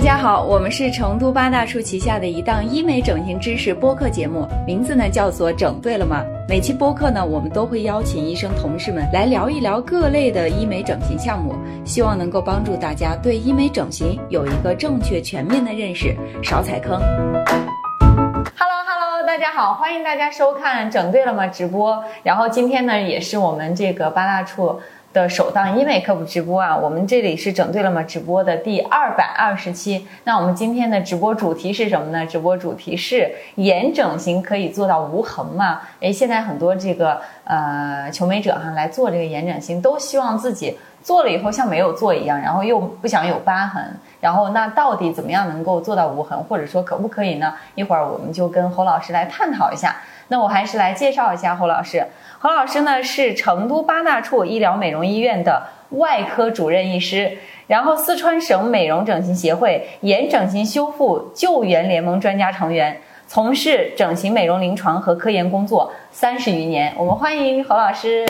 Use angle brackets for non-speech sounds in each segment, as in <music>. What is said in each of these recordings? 家好，我们是成都八大处旗下的一档医美整形知识播客节目，名字呢叫做《整对了吗》。每期播客呢，我们都会邀请医生同事们来聊一聊各类的医美整形项目，希望能够帮助大家对医美整形有一个正确全面的认识，少踩坑。Hello Hello，大家好，欢迎大家收看《整对了吗》直播。然后今天呢，也是我们这个八大处。的首档医美科普直播啊，我们这里是整对了吗直播的第二百二十期。那我们今天的直播主题是什么呢？直播主题是眼整形可以做到无痕吗？诶，现在很多这个呃求美者哈来做这个眼整形，都希望自己做了以后像没有做一样，然后又不想有疤痕。然后那到底怎么样能够做到无痕，或者说可不可以呢？一会儿我们就跟侯老师来探讨一下。那我还是来介绍一下侯老师。侯老师呢是成都八大处医疗美容医院的外科主任医师，然后四川省美容整形协会眼整形修复救援联盟专家成员，从事整形美容临床和科研工作三十余年。我们欢迎侯老师。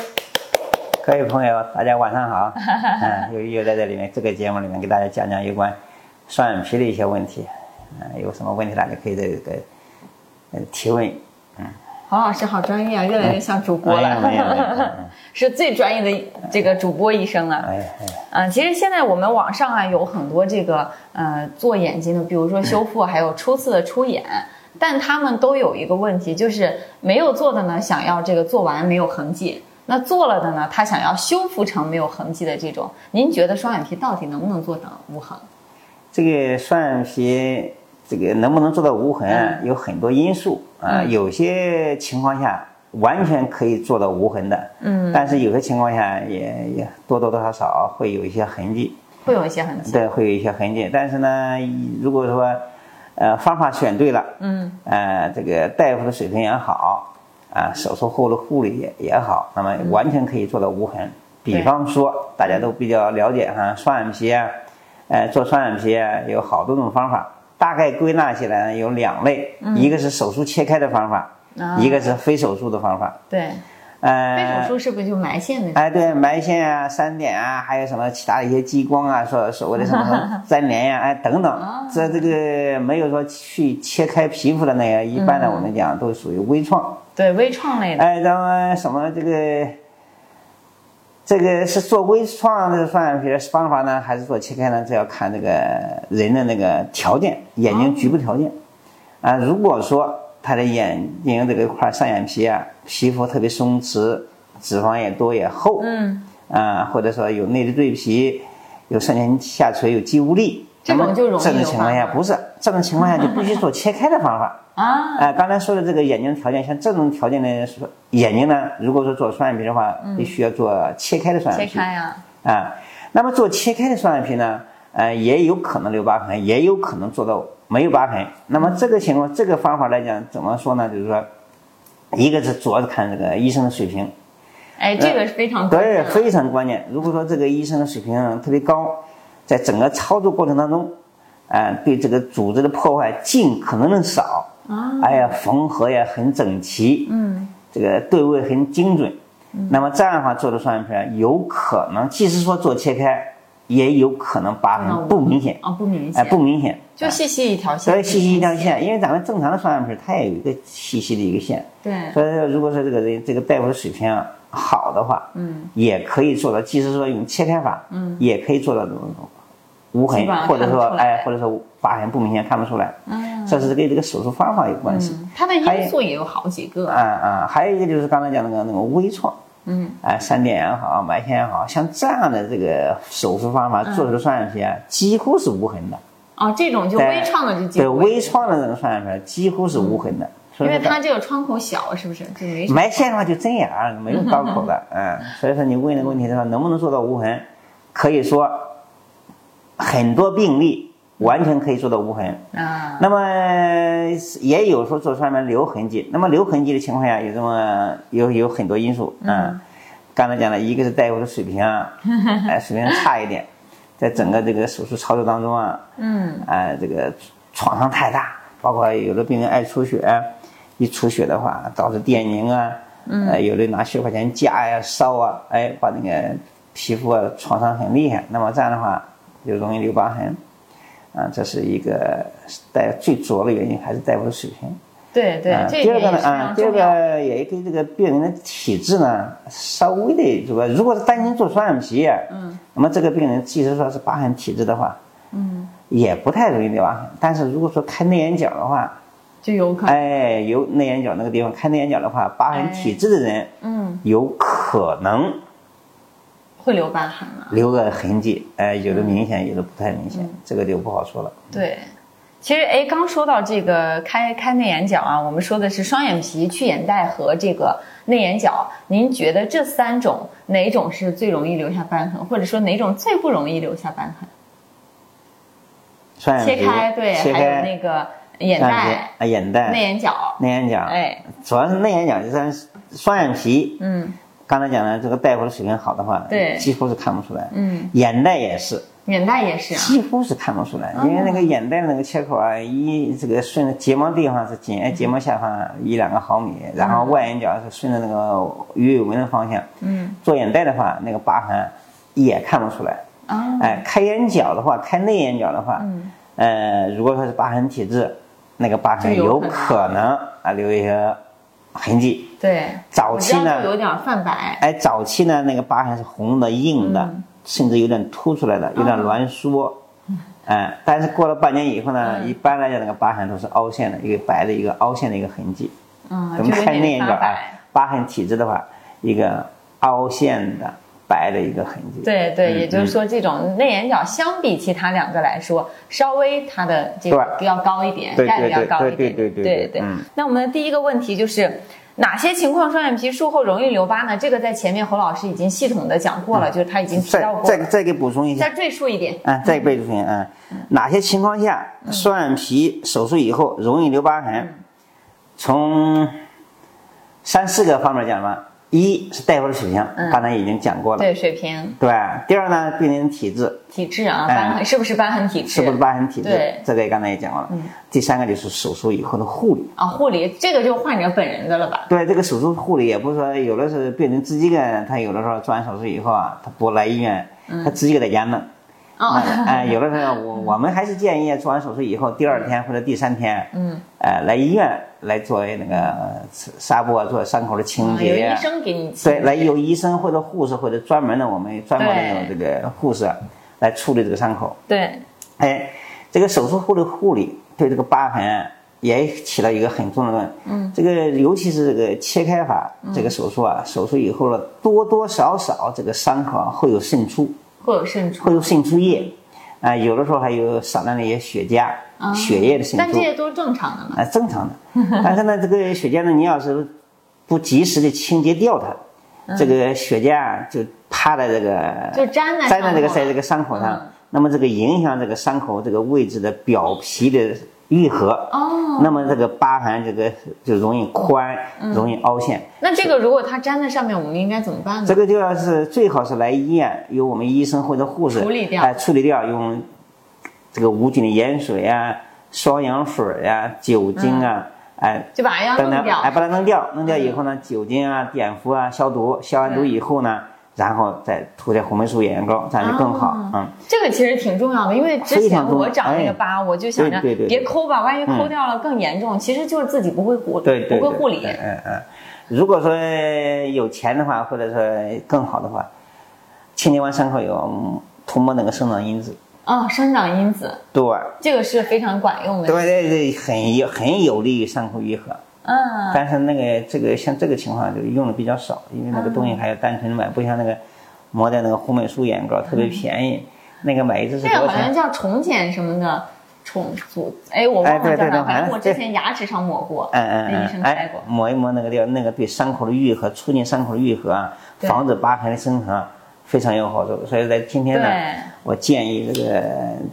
各位朋友，大家晚上好。嗯，又又在这里面这个节目里面给大家讲讲有关双眼皮的一些问题。嗯，有什么问题大家可以这个呃提问。侯老师好专业啊，越来越像主播了，没有没有没有 <laughs> 是最专业的这个主播医生了。哎哎，嗯，其实现在我们网上啊有很多这个呃做眼睛的，比如说修复，啊还有初次的出眼，但他们都有一个问题，就是没有做的呢，想要这个做完没有痕迹；那做了的呢，他想要修复成没有痕迹的这种。您觉得双眼皮到底能不能做到无痕？这个双眼皮这个能不能做到无痕啊？有很多因素啊，有些情况下完全可以做到无痕的，嗯，但是有些情况下也也多多多少少会有一些痕迹，会有一些痕迹。对，会有一些痕迹。但是呢，如果说呃方法选对了，嗯，呃这个大夫的水平也好，啊、手术后的护理也也好，那么完全可以做到无痕。比嗯对方说，大家都比较了解哈，双眼皮啊，呃做双眼皮啊有好多种方法，大概归纳起来呢有两类，一个是手术切开的方法，嗯啊一个是非手术的方法，对，呃，非手术是不是就埋线的？哎，对，埋线啊、三点啊，还有什么其他的一些激光啊，所所谓的什么什么粘连呀、哎等等，这这个没有说去切开皮肤的那个，一般的我们讲都属于微创。对，微创类的。哎，咱们什么这个这个是做微创的双眼皮的方法呢，还是做切开呢？这要看这个人的那个条件，眼睛局部条件。啊，如果说他的眼睛这个块上眼皮啊，皮肤特别松弛，脂肪也多也厚，嗯，啊，或者说有内眦赘皮，有上前下垂，有肌无力，这种就容易有这种情况下疤不是这种情况下就必须做切开的方 <laughs> 法。啊，哎，刚才说的这个眼睛条件，像这种条件的说眼睛呢，如果说做双眼皮的话，必须要做切开的双嗯切眼皮开啊，啊。那么做切开的双眼皮呢，呃，也有可能留疤痕，也有可能做到没有疤痕。那么这个情况，这个方法来讲，怎么说呢？就是说，一个是主要是看这个医生的水平，哎，这个是非常关对键，的。非常关键。如果说这个医生的水平特别高，在整个操作过程当中，啊、对这个组织的破坏尽可能的少，啊，哎呀，缝合呀很整齐，嗯，这个对位很精准，那么这样的话做的双眼皮儿有可能，即使说做切开，也有可能疤嗯痕不明显，啊，不明哎、显，不明显，就细细一条线，所以细细一条线，因为咱们正常的双眼皮儿它也有一个细细的一个线，对，所以说，如果说这个人这个大夫的水平啊好的话，嗯，也可以做到，即使说用切开法，嗯，也可以做到这种无痕基本，上或者看不说出来哎，或者说疤痕不明显看不出来，嗯，这是跟这个手术方法有关系。嗯它的还因有素也有好几个，啊啊，还有一个就是刚才讲那个那个微创，嗯，啊，闪点也好，埋线也好像这样的这个手术方嗯法做出的双眼皮啊，几乎是无痕的。哦，这种就对微创的就几对乎嗯微，创的这种双眼皮儿几乎是无痕的，嗯所因以为说大它这个窗口小，是不是就没什么？埋线的话就针眼儿，没有刀口的，嗯，所以说你问的问题是说能不能做到无痕，可以说很多病例完全可以做到无痕。啊，那么也有说做双面留痕迹，那么留痕迹的情况下有这么有有很多因素，嗯，刚才讲了一个是大夫的水平啊，哎，水平差一点，在整个这个手术操作当中啊，嗯，啊，这个创伤太大，包括有的病人爱出血，一出血的话导致电凝啊，嗯、有的拿血管钳夹呀、烧啊，哎，把那个皮肤啊创伤很厉害，那么这样的话就容易留疤痕。啊，这是一个大家最主要的原因，还是大夫的水平。对对啊，这一第二点个也是非呢，常啊，第二重要。个也跟这个病人的体质呢稍微的，是吧？如果是单纯做双眼皮，嗯，那么这个病人即使说是疤痕体质的话，嗯，也不太容易对吧？但是如果说开内眼角的话，就有可能，哎，有内眼角那个地方开内眼角的话，疤哎痕体质的人，嗯，有可能会留疤痕了。留个痕迹，哎，有的明显，有的不太明嗯显，这个就不好说了。对，其实哎，刚说到这个开开内眼角啊，我们说的是双眼皮、去眼袋和这个内眼角。您觉得这三种哪种是最容易留下斑痕，或者说哪种最不容易留下斑痕？双眼皮切开对，哎切还有开那个眼双眼袋、皮啊，眼袋啊内眼角，内眼角，哎，主要是内眼角，就是双眼皮。嗯刚才讲了，这个大夫的水平好的话，对几乎是看不出来。嗯，眼袋也是，眼袋也是啊，几乎是看不出哦来，因为那个眼袋那个切口啊，一这个顺着睫毛地方是紧嗯哎挨睫毛下方一两个毫米，然后外眼角是顺着那个鱼尾纹的方向。嗯做眼袋的话，那个疤痕也看不出来。啊，哎，开眼角的话，开内眼角的话，嗯呃，如果说是疤痕体质，那个疤痕就有有可能可能啊留一些痕迹。对，早我期知道呢就有点泛白，哎，早期呢，那个疤痕是红的、硬的，嗯哦甚至有点凸出来的，有点挛缩。哎、但是过了半年以后呢，嗯一般来讲，那个疤痕都是凹陷的，一个白的，一个凹陷的一个痕迹。嗯，咱就们有看内点眼角泛啊白。，疤痕体质的话，一个凹陷的白的一个痕迹。对对，嗯也就是说，这种内眼角相比其他两个来说，稍微它的这个对要高一点，对概率要对高一点。对对对对对对嗯那我们的第一个问题就是，哪些情况双眼皮术后容易留疤呢？这个在前面侯老师已经系统的讲嗯过了，就是他已经提再到过再了，再给补充一下再，嗯赘述一点。啊，再备注一下啊，哪些情况下嗯双眼皮手术以后容易留疤痕？从三四个方面讲吧，一是大夫的水平，嗯刚才已经讲过了，对，水平、对吧？第二呢，病人体质体质啊，斑痕、是不是斑痕体质？哎是不是疤痕体质对，嗯这个也刚才也讲过了。第三个就是手术以后的护理，啊？护理这个就患者本人的了吧？对这个手术护理，也不是说有的是病人自己个，他有的时候做完手术以后啊，他不来医院，嗯他自己个在 <laughs> 家弄。啊、哎，有的时候 <laughs> 我我们还是建议做完手术以后，第二天或者第三天，嗯，呃，来医院来做那个纱布啊，做伤口的清哦有洁医呀、生给你清对，来由医生或者护士或者专门的我们专门的有这个护士啊来处理这个伤口。对哎，这个手术后的护理对这个疤痕啊也起到一个很重要的作用。嗯，这个尤其是这个切开法嗯这个手术啊，手术以后呢，多多少少这个伤口啊会有渗出。会有渗会出，有渗出液，嗯啊、有的时候还有少量的一些血浆、血液的渗啊但这出，啊、些都是正常的嘛？正常的。 <laughs> 但是呢，这个血浆呢，你要是不及时的清洁掉它，嗯这个血浆啊就趴在这个就粘在啊粘在这个伤口在了这个伤口上，嗯那么这个影响这个伤口这个位置的表皮的愈合，哦嗯那么这个疤痕这个就容易宽，容易凹陷。那这个如果它粘在上面，我们应该怎么办呢这？个就要是最好是来医院，由我们医生或者护士处理掉哎、处理掉，用这个无菌的盐水呀、双氧水呀、酒精啊，哎、就嗯把它要等弄等，掉。嗯哎，把它弄掉，弄掉以后呢，酒精啊、碘伏啊消毒，消完毒以后呢，然后再涂点红霉素眼药膏，这样就更好，哦嗯。这个其实挺重要的，因为之非前常重要哎我长那个疤，我就想着对对对别抠吧，万一抠掉了更严重。其实就是自己不会护，嗯对对对，不会护理对。嗯嗯，如果说有钱的话，或者说更好的话，清洁完伤口以后，嗯涂抹那个生长因子，啊、生长因子对。这个是非常管用的。对对对，很有很有利于伤口愈合。嗯，但是那个这个像这个情况就用的比较少，因为那个东嗯西还要单纯买，不像那个抹点那个红霉素眼膏特别便宜，那个买一支嗯是这个多少好像钱？叫重睑什么的重组，哎，我忘哎对了对叫对啥，反正我反正之前牙齿上抹过，嗯嗯那医嗯，生开哎过，。抹一抹那个地方，那个对伤口的愈合，促进伤口的愈合啊，对防止疤痕的生成啊，非常有好处。所以在今天呢，对，我建议这个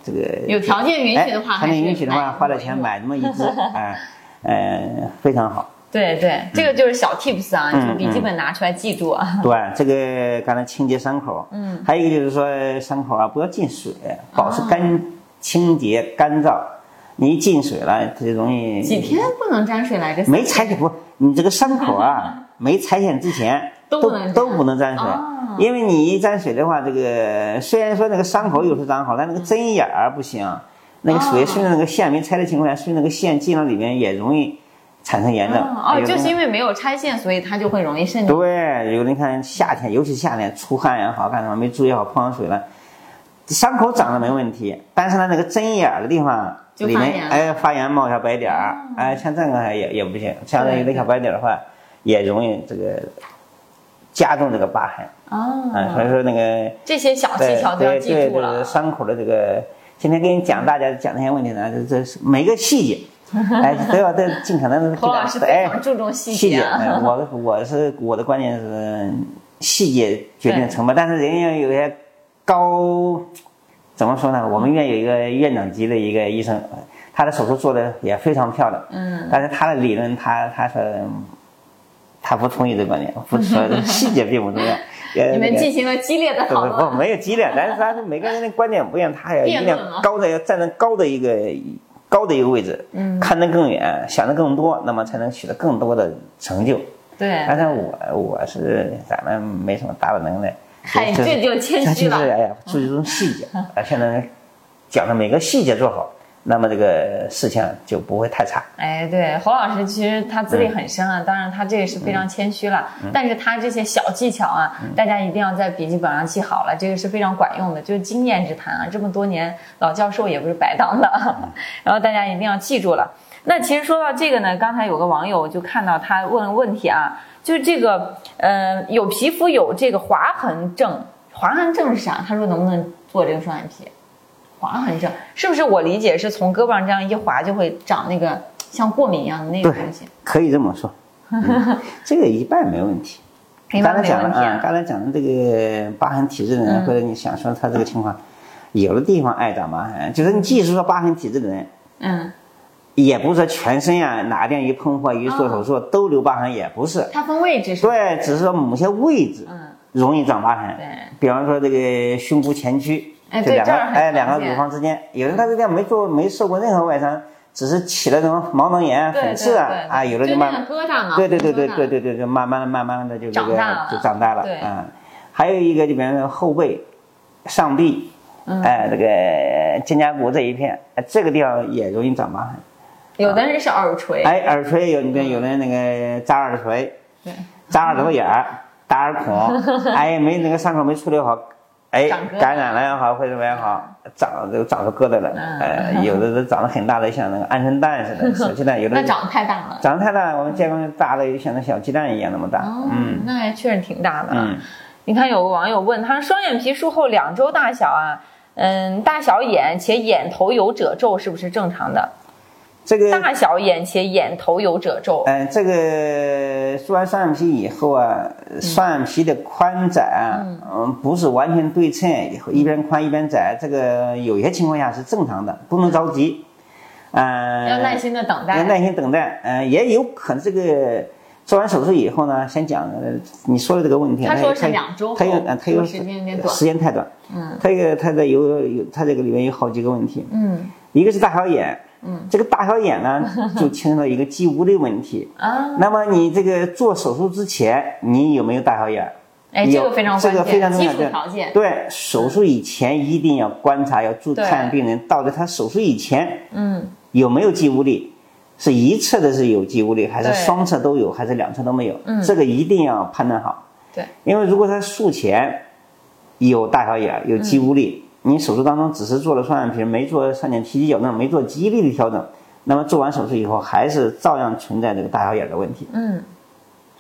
这个有条件允许的话，哎条件允许的还话，是花点钱买那么一支，哎，呃，非常好。对对，这个就是小 tips 啊，嗯就笔记本拿出来记住啊。对，这个刚才清洁伤口，嗯，还有一个就是说伤口啊，不要进水，保持哦干、清洁干燥。你一进水了，它就容易几天不能沾水来着？没拆线不？你这个伤 <laughs> 口啊，没拆线之前都不能都沾不能沾水，哦因为你一沾水的话，这个虽然说那个伤口有时候长好，但那个针眼儿不行。那个哦属于顺着那个线没拆的情况下，顺着那个线进到里面也容易产生炎症。哦，有的就是因为没有拆线，所以它就会容易渗。对，有的你看夏天，尤其夏天出汗也好干什么，没注意好碰上水了，伤口长得没问题，但是呢那个针眼儿的地方就里发面炎了哎发炎冒小白点儿，哎像这个还也也不行，像这有的小白点儿的话，也容易这个加重这个疤痕。哎，所哦，以说那个这些小技对巧都要对记对住对，了。伤口的这个，今天跟你讲大家讲这些问题呢，这这是每个细节，哎，都要都尽可能的侯老师非哎常注重细细节。啊哎 <laughs> 我我是我的观点是细节决定成本，但是人家有些高怎么说呢？我们院有一个院长级的一个医生，他的手术做的也非常漂亮，嗯，但是他的理论他他说他不同意这个观点， <laughs> 不说细节并不重要。呃你那们个进行了激烈 <laughs> 的不讨不论。 <laughs> 没有激烈，但是咱每个人的观点不一样，他要辩一论啊定嘛要高的要站在高的一个高的一个位置，嗯看得更远，想得更多，那么才能取得更多的成就。嗯对，但是我我是咱们没什么大的能 <laughs> 耐，嗨，就是哎这就谦虚就了。是嗯哎呀，注重细节，啊，现在讲的每个细节做好，那么这个事情啊就不会太差。哎，对，侯老师其实他资历很深啊，当然他这个是非常谦虚了，但是他这些小技巧啊，大家一定要在笔记本上记好了，这个是非常管用的，就是经验之谈啊，这么多年老教授也不是白当的， <laughs> 然后大家一定要记住了。那其实说到这个呢，刚才有个网友我就看到他问了问题啊，就是这个，呃，有皮肤有这个划痕症，划痕症是啥？他说能不能做这个双眼皮？划痕症是不是我理解是从胳膊上这样一划就会长那个像过敏一样的那个对东西？可以这么说， <laughs> 嗯这个一半没问题。一刚般才没讲问了题啊，啊。刚才讲的这个疤痕体质的嗯人，或者你想说他这个情况，有的地方爱长疤痕，哎就是你即使说疤痕体质的人，嗯，也不是说全身啊哪个地方一碰或一做手术嗯都留疤痕，也不是。它分位置是吧？对，只是说某些位置嗯，容易长疤痕，对比方说这个胸部前区，哎就对两个这儿很哎常两个见乳房之间，有的他这边没做没受过任何外伤，只是起了什么毛囊炎、对对粉刺啊对啊，有的就慢那个疙瘩嘛，对对对对疙瘩对对对，就慢慢的、慢慢的就这长个大了啊就长大了，对嗯。还有一个就比方说后背、上臂，嗯哎，这个肩胛骨这一片，哎这个地方也容易长疤痕。有的人是耳垂，哎，耳垂有你看有的那个扎耳垂，嗯对，扎耳朵眼儿、打耳 <laughs> 孔，哎，没那个伤口没处理好，哎长疙，瘩感染了也好，或者怎么样好，长都长出疙瘩了，嗯 <laughs> 哎，有的都长得很大的，像那个鹌鹑蛋似的，小鸡蛋，有的那长得太大了。长得太大，我们见过大的像那小鸡蛋一样那么大，哦嗯。，那还确实挺大的。嗯，你看有个网友问，他说双眼皮术后两周大小啊，嗯，大小眼且眼头有褶皱是不是正常的？这个，大小眼且眼头有褶皱，嗯、这个做完双眼皮以后啊，嗯双眼皮的宽窄啊，嗯、不是完全对称，以后一边宽一边窄，这个有些情况下是正常的，不能着急，嗯、要耐心的等要待。耐心等待，嗯、也有可能这个做完手术以后呢，先讲呃你说的这个问题，他它说是它两周后它有呃它有这个时间有点短时间太短，嗯，它这个它的有有它这个里面有好几个问题，嗯一个是大小眼，嗯，这个大小 <laughs> 眼呢就牵扯到一个肌无的问题。啊，那么你这个做手术之前，你有没有大小眼？哎，有这个非常这关个非键，常重基要。础条件。对，手术以前一定要观察，要注对看病人到底他手术以前嗯，有没有肌无力，是一侧的是有肌无力，还是对双侧都有，还是两侧都没有？嗯这个一定要判断好。对，因为如果他术前有大小眼、有肌无嗯力，你手术当中只是做了双眼皮，没做上睑提肌矫正，没做肌力的调整，那么做完手术以后还是照样存在这个大小眼的问题。嗯，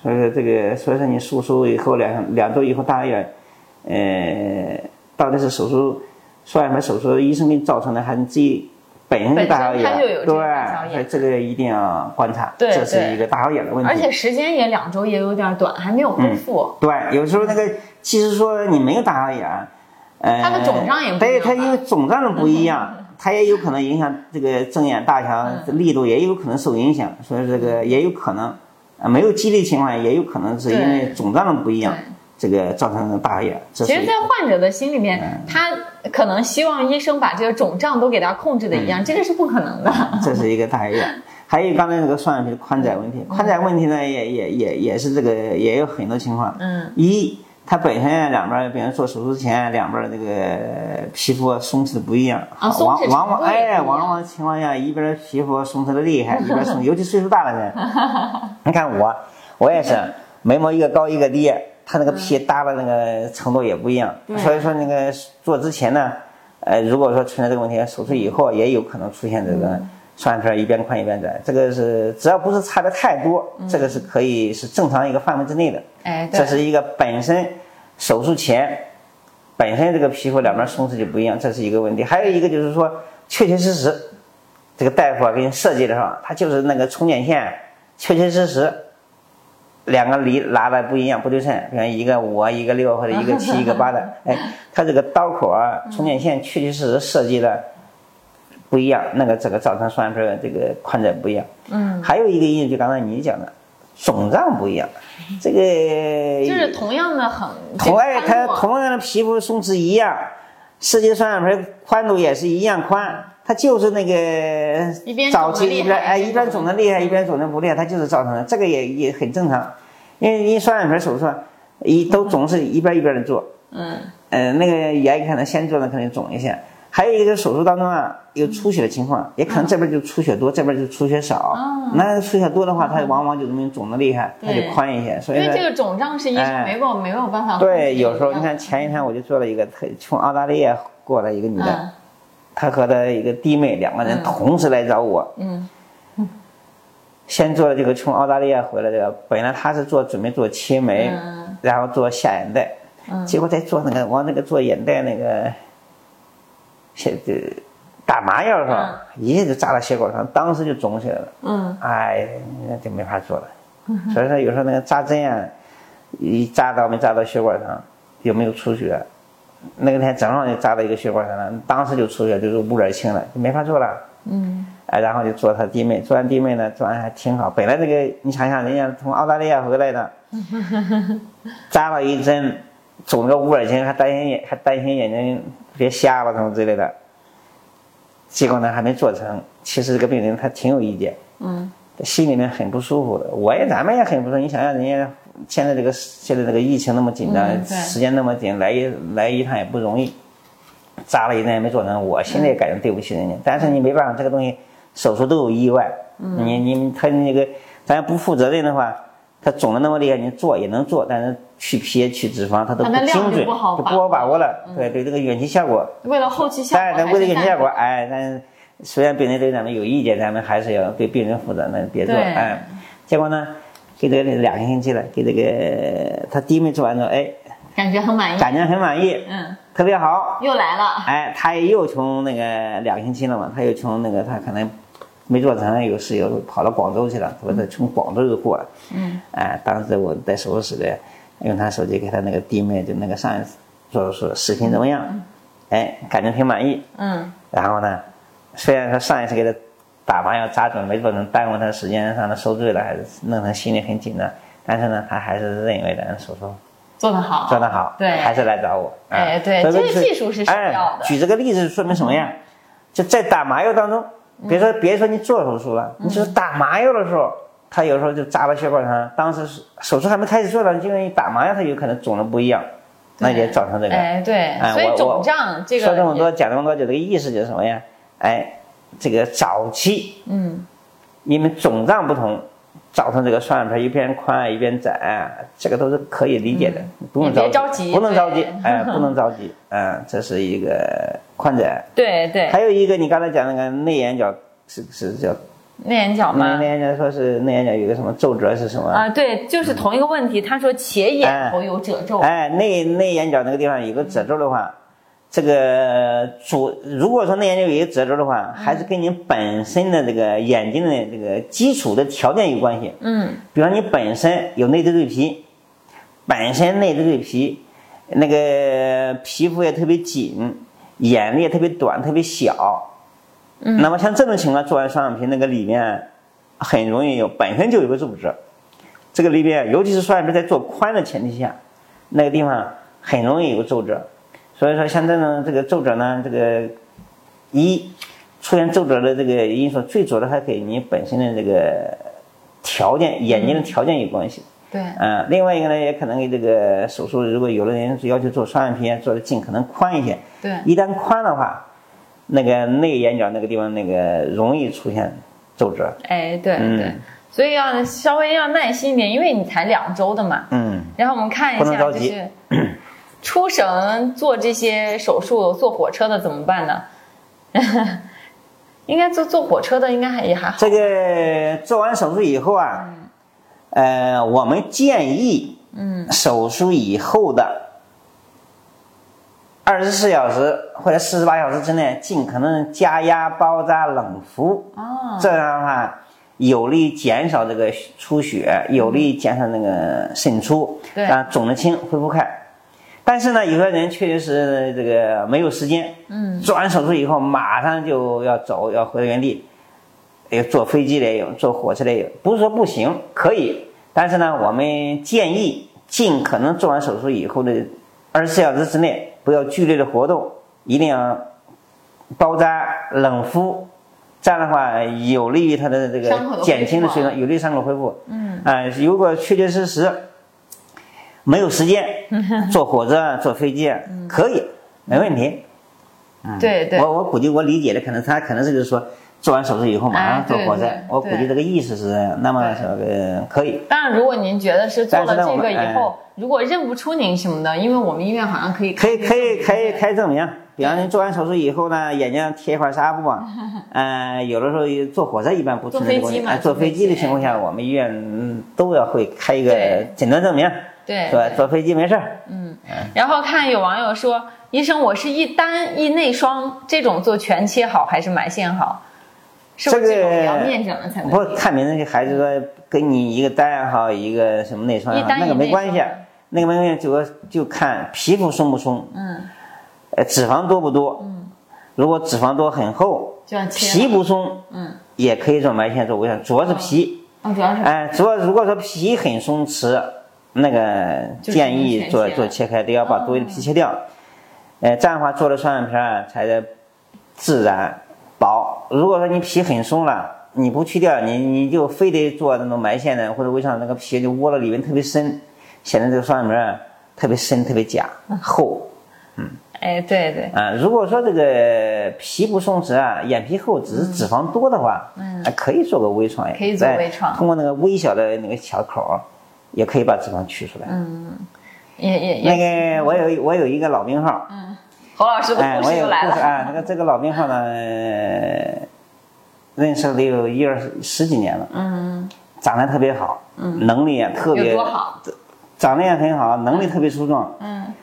所以说这个，所以说你术后以后两两周以后大小眼，呃，到底是手术双眼皮手术医生给你造成的，还是你自己本身的大小本身眼它就有？这对个大小，眼所以这个一定要观察，对这是对一个大小眼的问题。嗯而且时间也两周也有点短，还没有恢复。对，有时候那个其实说你没有大小眼儿，呃，它的肿胀也不一样对，吧它因为肿胀的不一 <laughs> 样，它也有可能影响这个睁眼大小、嗯力度，也有可能受影响，所以这个也有可能，呃，没有肌力情况下，也有可能是因为对肿胀的不一样对，这个造成的大小眼儿。这是其实，在患者的心里面，嗯他可能希望医生把这个肿胀都给他控制的一样，嗯这个是不可能 <laughs> 的。这是一个大小眼儿。还有刚才那个双眼皮的宽窄问题，宽窄问题呢，也也也也是这个也有很多情况。嗯，一它本身啊两边儿，比如做手术之前啊两边儿这个皮肤松弛的不一样，啊松往弛往程往度也不一哎，样往往情况下一边儿皮肤松弛的厉害，一边儿松，尤其岁数 <laughs> 大的人，你看我，我也是眉毛一个高一个低，它那个皮搭的那个程度也不一样，嗯对所以说那个做之前呢，呃，如果说存在这个问题，手术以后也有可能出现这个嗯双眼皮儿一边宽一边窄，这个是只要不是差的太多，这个是可以是正常一个范围之内的。哎，对这是一个本身手术前本身这个皮肤两边松弛就不一样，这是一个问题。还有一个就是说，确确实实，这个大夫啊给你设计的时候，他就是那个冲剪线确确实实。两个离拉的不一样，不对称，比方一个五啊，一个六或者一个七，一个 <laughs> 八的，哎，它这个刀口啊，冲剪线确确实实设计的不一样，那个这个造成双眼皮儿的这个宽窄不一样。嗯，还有一个因素就刚才你讲的，肿胀不一样，这个就是同样的很同哎，宽它度同样的皮肤松弛一样，设计的双眼皮儿宽度也是一样宽，它就是那个一边肿早得期厉一边害哎一边一边肿肿得的厉厉害害一边肿的不厉害，它就是造成的，这个也也很正常，因为因为双眼皮儿手术啊一都总是一边一边的做，嗯呃，那个牙医可能先做呢，可能肿一下。还有一个手术当中啊，有出血的情况，也可能这边就出血多，这边就出血少。那出血多的话，它往往就容易肿得厉害，它就哦对宽一些。所因以为说这，个肿胀是医生哎没有没有办法控制的嗯对，有时候你看前一天我就做了一个特从澳大利亚过来一个女的，嗯她和她一个弟妹两个人同时来找我，嗯先做了这个从澳大利亚回来的，本来她是做准备做切眉，嗯然后做下眼袋，嗯结果在做那个往那个做眼袋那个，血这打麻药上、一下就扎到血管上，当时就肿起来了。嗯哎，那就没法做了。所以说有时候那个扎针啊，一扎到没扎到血管上，有没有出血？那个天正好就扎到一个血管上了，当时就出血，就是五点青了，就没法做了。嗯哎，然后就做他弟妹，做完弟妹呢，做完还挺好。本来这个你想想，人家从澳大利亚回来的，扎了一针，肿个五点青，还担心眼，还担心眼睛别瞎了什么之类的。结果呢，还没做成。其实这个病人他挺有意见，嗯心里面很不舒服的。我也咱们也很不舒服。你想想，人家现在这个现在这个疫情那么紧张，嗯对时间那么紧，来一来一趟也不容易，扎了一针也没做成。我现在也感觉对不起人嗯家，但是你没办法，这个东西手术都有意外。嗯你你他那个咱不负责任的话，他肿的那么厉害，你做也能做，但是去皮去脂肪它都它不的量精就准，不好就把不好把握嗯握了。对对，这个远期效果。为了后期效果当然，还是咱淡，为了有效果，哎，但虽然病人对咱们有意见，咱们还是要对病人负责，那别做，对哎。结果呢，给这个两个星期了，给这个他弟妹做完之后，哎，感觉很满意，感觉很满意，嗯，特别好，又来了，哎，他也又从那个两个星期了嘛，他又从那个他可能没做成，有事又跑到广州去了，他说他从广州就过来，嗯哎，当时我在手术室里用他手机给他那个弟妹就那个上一次做手术视频怎么样？哎，感觉挺满意，嗯然后呢，虽然说上一次给他打麻药扎准没准能耽误他时间，让他受罪了，还是弄他心里很紧张，但是呢，他还是认为咱手术做得好，做得好，哦对还是来找我。啊哎对所以这个就是技术是需哎要的举这个例子说明什么呀？就在打麻药当中，嗯别说别说你做手术了，你就是打麻药的时候。他有时候就扎到血管上，当时手手术还没开始做呢，因为打麻药，他有可能肿的不一样，那也造成这个。哎对，哎所我以我肿胀这个说这么也多，讲这么多，就这个意思就是什么呀？哎，这个早期嗯你们肿胀不同，造成这个双眼皮一边宽一边窄，这个都是可以理解的，不用也嗯别着着急不能 <laughs> 着急对，哎，不能着急，嗯，这是一个宽窄。对对，还有一个，你刚才讲那个内眼角是是叫内眼角内吗内？眼角说是内眼角有个什么皱褶是什么？啊，对，就是同一个问题。他说且眼头有褶皱，哎，内内眼角那个地方有个褶皱的话，这个主如果说内眼角有一个褶皱的话，还是跟你本身的这个眼睛的这个基础的条件有关系。嗯比方你本身有内眦对皮，本身内眦对皮，那个皮肤也特别紧，眼力也特别短，特别小。嗯那么像这种情况，做完双眼皮那个里面很容易有本身就有个皱褶，这个里面尤其是双眼皮在做宽的前提下，那个地方很容易有皱褶。所以说，像这种这个皱褶呢，这个一出现皱褶的这个因素，最主要的还给你本身的这个条件、眼睛的条件有关系。对，嗯，另外一个呢，也可能这个手术，如果有的人是要求做双眼皮炎，做的尽可能宽一些。对一旦宽的话，那个内眼角那个地方那个容易出现皱褶。哎，对、嗯对，所以要稍微要耐心一点，因为你才两周的嘛。嗯，然后我们看一不能下，着就急是出省做这些手术，坐火车的怎么办呢？ <laughs> 应该坐坐火车的应该还也还好。这个做完手术以后啊，呃，我们建议，嗯，手术以后的二十四小时或者四十八小时之内，尽可能加压、包扎、冷敷。哦，这样的话，有利减少这个出血，有利减少那个渗出，对啊，肿的轻，恢复快。但是呢，有些人确实是这个没有时间，嗯，做完手术以后马上就要走，要回到原地，也哎坐飞机的也有，坐火车的也有，不是说不行，可以，但是呢，我们建议尽可能做完手术以后的二十四小时之内不要剧烈的活动，一定要包扎、冷敷，这样的话有利于它的这伤口个的减轻的恢复水啊肿，有利于伤口恢复。嗯，啊、如果确确实实没有 <laughs> 时间坐火车啊、坐飞机啊，嗯可以，没问题。对对，我我估计我理解的可能他可能是就是说做完手术以后马哎上坐对火车，对我估计对这个意思是这样。那么对这个可以，当然，如果您觉得是做但了是呢这我个们哎以后，如果认不出您什么的，因为我们医院好像可以可以可以可对以可以证明。比方你做完手术以后呢，眼睛上贴一块纱布 <laughs> 啊，嗯、有的时候也坐火车一般不坐存在这个飞问机题。嘛哎坐坐飞飞机的机情况下，我们医院嗯都要会开一个对诊断证明，对是吧？坐飞机没事儿，然后看有网友说，医生，我是一单一内双，这种做全切好还是埋线好？是不是这这个种也要面诊了才能不看名字就还是说跟你一个单也好，一个什么内双也一好，单那个一没内关系啊双，那个没关系，就说就看皮肤松不松，嗯，呃，脂肪多不多？嗯，如果脂肪多很厚，就要切皮了？不松，嗯，也可以做埋线做微创，主要是皮。哦，主要是哎，主要如果说皮很松弛，那个就是建议全做切做切开，得要把哦多余的皮切掉。呃，这样的话做了双眼皮儿啊才自然薄。如果说你皮很松了，你不去掉，你你就非得做那种埋线的或者微创，那个皮就窝了里面特别深，显得这个双眼皮儿啊特别深、特别假、嗯厚。哎，对对，啊，如果说这个皮不松弛啊，眼皮厚只是脂肪多的话，嗯，可以做个微创，嗯可以做再微创通过那个微小的那个小口儿，也可以把脂肪取出来。嗯，也也也，那个我有我有一个老病号，侯老师哎，的故我事嗯有又来故事了。啊，那个这个老病号呢，呃认识了得有一二十十几年了，嗯，长得特别好，嗯，能力也有特别多好？长得也很好，能力特别出众。嗯，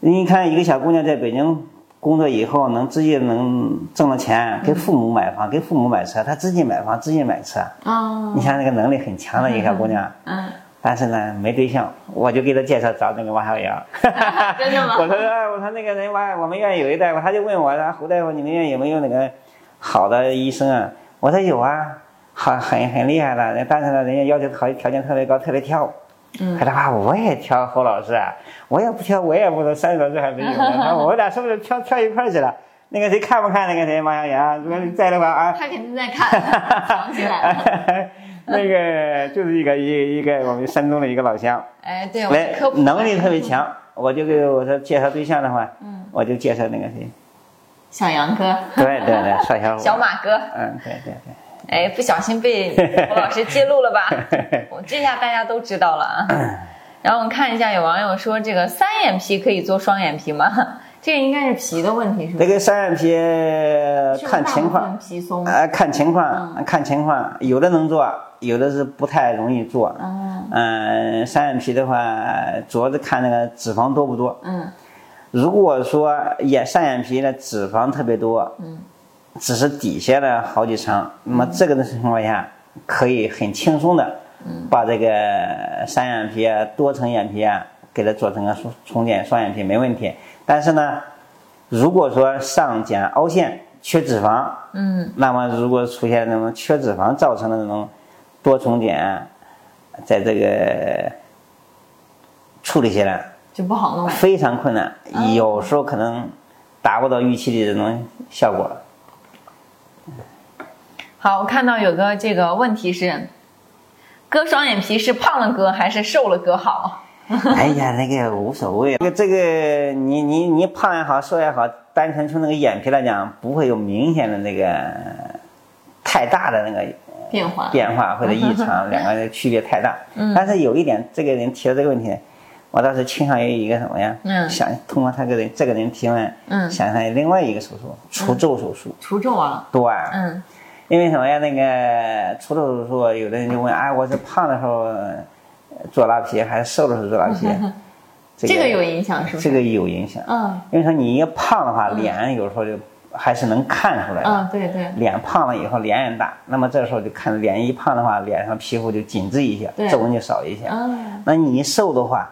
你看一个小姑娘在北京工作以后，能自己能挣了钱，给父母买房，给父母买车，她自己买房，自己买车。哦，你像那个能力很强的一个小姑娘，嗯，但是呢没对象，我就给她介绍找那个王小阳。 <laughs> 真的吗我说哎，我说那个人吧，我们院有一大夫，他就问我，然后胡大夫，你们院有没有那个好的医生啊？我说有啊，很很很厉害的，但是呢，人家要求条条件特别高，特别挑。嗯，他说啊，我也挑侯老师啊，我也不挑，我也不能三十多岁还没 <laughs> 有呢，他说我俩是不是挑挑一块儿去了？那个谁看不看那个谁王小阳？如果你在的话啊，嗯他肯定在看，藏起来了。<laughs> <laughs> 那个就是一个一个一个我们山东的一个 <laughs> 老乡，哎，对，我们来科普能力特别 <laughs> 强，我就给我说介绍对象的话，嗯我就介绍那个谁，小杨哥，对对对，帅小 <laughs> 伙，小，马哥。嗯，对对对，哎，不小心被侯老师揭露了吧？ <laughs> 我这下大家都知道了啊。<clears throat> 然后我们看一下，有网友说这个三眼皮可以做双眼皮吗？ <laughs> 这个应该是皮的问题，是吧？这个双眼皮呃是不是看大情部分况，皮松。啊，看情况，看情况，有的能做，有的是不太容易做。嗯嗯，双眼皮的话，主要是看那个脂肪多不多。嗯，如果说眼上眼皮的脂肪特别多，嗯，只是底下了好几层，那么这个的情况下，可以很轻松的把这个上眼皮啊、多层眼皮啊，给它做成个双重睑双眼皮没问题。但是呢，如果说上睑凹陷、缺脂肪，嗯，那么如果出现那种缺脂肪造成的那种多重睑啊，在这个处理起来。就不好弄了。非常困难，有时候可能达不到预期的这种效果。好，我看到有个这个问题是，割双眼皮是胖了割还是瘦了割好？哎呀，那个无所谓，这个这个你你你胖也好，瘦也好，单纯从那个眼皮来讲，不会有明显的那个太大的那个变化变化或者异 <laughs> 常，两个的区别太大。嗯但是有一点，这个人提到这个问题，我倒是倾向于一个什么呀？嗯想通过他个人这个人提问，嗯想象另外一个手术，除皱手术。除皱啊，对，嗯因为什么呀？那个除皱手术，有的人就问，哎，我是胖的时候呃做拉皮，还是瘦的时候做拉皮？嗯这个有影响是不是这个有影响。嗯因为说你一胖的话，脸有时候就还是能看出来的。嗯，对对脸胖了以后，脸也大，那么这时候就看脸一胖的话，脸上皮肤就紧致一些对，皱纹就少一些。嗯那你一瘦的话，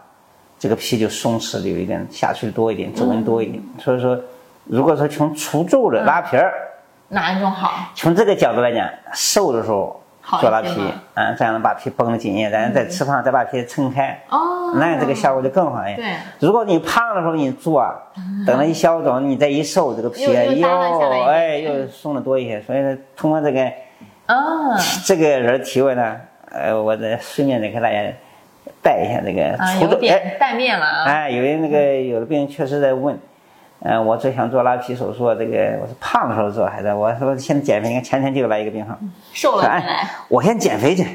这个皮就松弛的有一点下去多一点，皱纹多一点。嗯所以说，如果说从除皱的拉皮儿，哪一种好？从这个角度来讲，瘦的时候好一些做拉皮吗，啊，这样能把皮绷得紧一些，然后再吃胖，再把皮撑开，哦，那这个效果就更好一些。对，如果你胖的时候你做，啊 <laughs> 等它一消肿，你再一瘦，这个皮又又耷拉下来一点又哎又松的多一些。所以说，通过这个嗯这个人提问呢，呃，我再顺便再给大家带一下这个啊，除有皱。哎点带面了啊，哎，有人那个有的病人确实在问，呃，我最想做拉皮手术，这个我是胖的时候做还是我说现在减肥？你看前天就有来一个病号，瘦了说再哎嗯来，，我先 <laughs> 减肥去。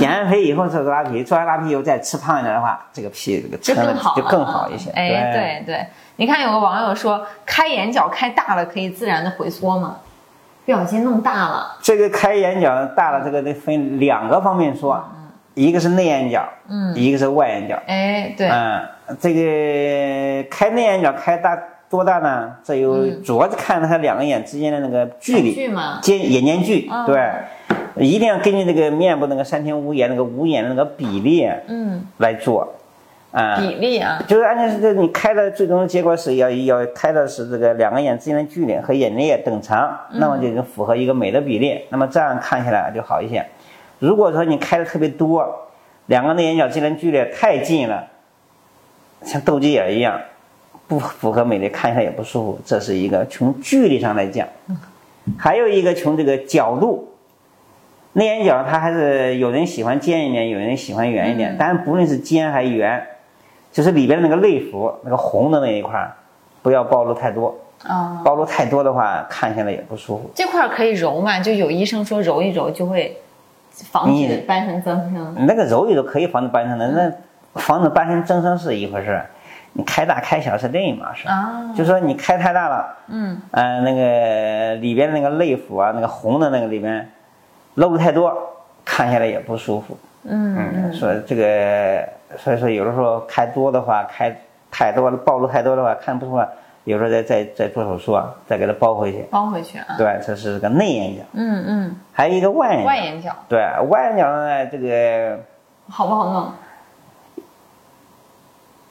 减完肥以后再做拉皮，做完拉皮以后再吃胖一点的话，这个皮这个就撑更的好就了更啊好一些。哎，对对，你看有个网友说，开眼角开大了可以自然的回缩吗？不小心弄大了，这个开眼角大了，这个得分两个方面说，一个是内眼角，嗯一个是外眼角。哎，对，嗯，这个开内眼角开大多大呢？这有主要是看它两个眼之间的那个距离，嗯啊距嘛间眼间距，嗯对，一定要根据这个面部那个三庭五眼那个五眼的那个比例嗯，来做，啊、比例啊，就是按照这个你开的最终的结果是要要开的是这个两个眼之间的距离和眼泪等长，嗯那么就能符合一个美的比例，那么这样看起来就好一些。如果说你开的特别多，两个内眼角之间的距离太近了，像斗鸡眼一样，不符合美的，看起来也不舒服。这是一个从距离上来讲，还有一个从这个角度。内眼角它还是有人喜欢尖一点，有人喜欢圆一点，但是不论是尖还圆，就是里边那个内服那个红的那一块儿，不要暴露太多，啊、暴露太多的话看起来也不舒服。这块儿可以揉嘛？就有医生说揉一揉就会防止你斑痕增生。那个揉一揉可以防止斑嗯生的，那防止斑生增生是一回事儿，你开大开小是另一码事儿。啊就说你开太大了，嗯，呃，那个里边那个内服啊，那个红的那个里边露的太多，看起来也不舒服。嗯，嗯，所以这个，所以说有的时候开多的话，开太多了，暴露太多的话，看不出来，有时候再再再做手术啊，再给它包回去。包回去啊。对，哎这是个内眼角，嗯嗯，还有一个外眼外角。眼角对，外眼角呢，这个好不好弄？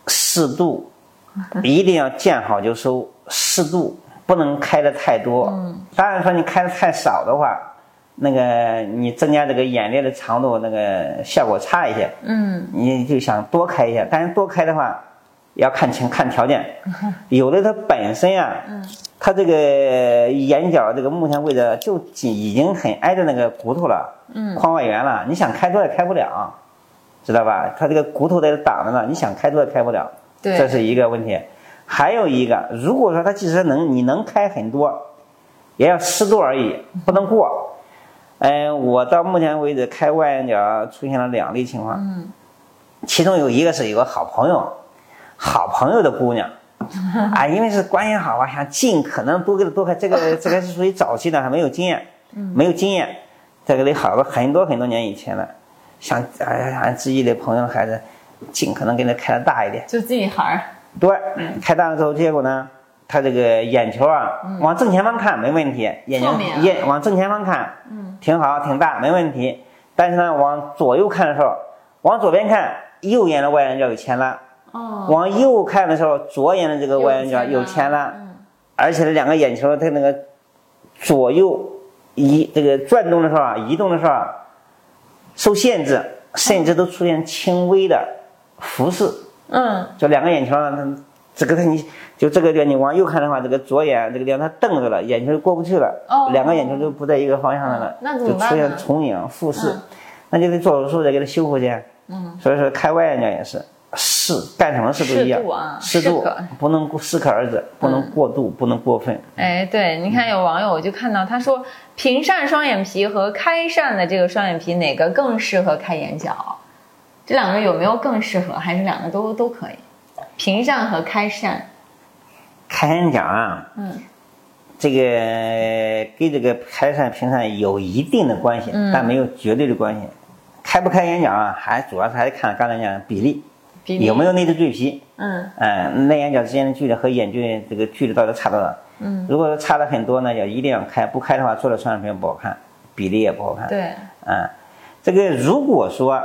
适度，一定要见好就收，适度，不能开的太多。嗯，当然说你开的太少的话，那个你增加这个眼裂的长度，那个效果差一些。嗯，你就想多开一下，但是多开的话，要看情看条 <laughs> 件。有的它本身啊，它这个眼角这个目前位置啊就紧已经很挨着那个骨头了，嗯，眶外缘了，你想开多也开不了，知道吧？它这个骨头在这挡着呢，你想开多也开不了，对这是一个问题。还有一个，如果说它即使能你能开很多，也要适度而已，不能过。嗯，我到目前为止开外眼角出现了两例情况，嗯，其中有一个是有个好朋友，好朋友的姑娘，啊，因为是关系好啊，想尽可能多给她多开，这个这个是属于早期的，还没有经验，没有经验，这个得好了很多很多年以前了，想哎呀，俺自己的朋友的孩子，尽可能给他开的大一点。就自己孩儿。对，开大了之后，结果呢，他这个眼球啊，往正前方看没问题，眼睛嗯侧面啊眼往正前方看，嗯，挺好，挺大，没问题。但是呢，往左右看的时候，往左边看，右眼的外眼角有前拉；哦，往右看的时候，左眼的这个外眼角有前拉，嗯而且两个眼球它那个左右移这个转动的时候啊，移动的时候啊，受限制，嗯甚至都出现轻微的辐射。嗯就两个眼球啊，它这个它你就这个地方你往右看的话，这个左眼这个地方它瞪着了，眼球过不去了，哦两个眼球就不在一个方向上了，那怎就么办出呢现重影、复视。嗯那就得做手术再给它修回去。嗯，所以说开外眼角也是适，干什么事都一样适度啊，适适度可，嗯不能过适可而止，不能过度，不能过分。哎，对，你看有网友就看到他说，平扇双眼皮和开扇的这个双眼皮哪个更适合开眼角？这两个有没有更适合？还是两个都都可以？平扇和开扇，开眼角啊，嗯这个跟这个开扇平扇有一定的关系，嗯但没有绝对的关系。开不开眼角啊，还主要是还得看刚才讲的比例，比例有没有内眦赘皮。嗯嗯，内眼角之间的距离和眼距这个距离到底差多少？嗯，如果差的很多呢，要一定要开，不开的话，做的双眼皮不好看，比例也不好看。对，啊，这个如果说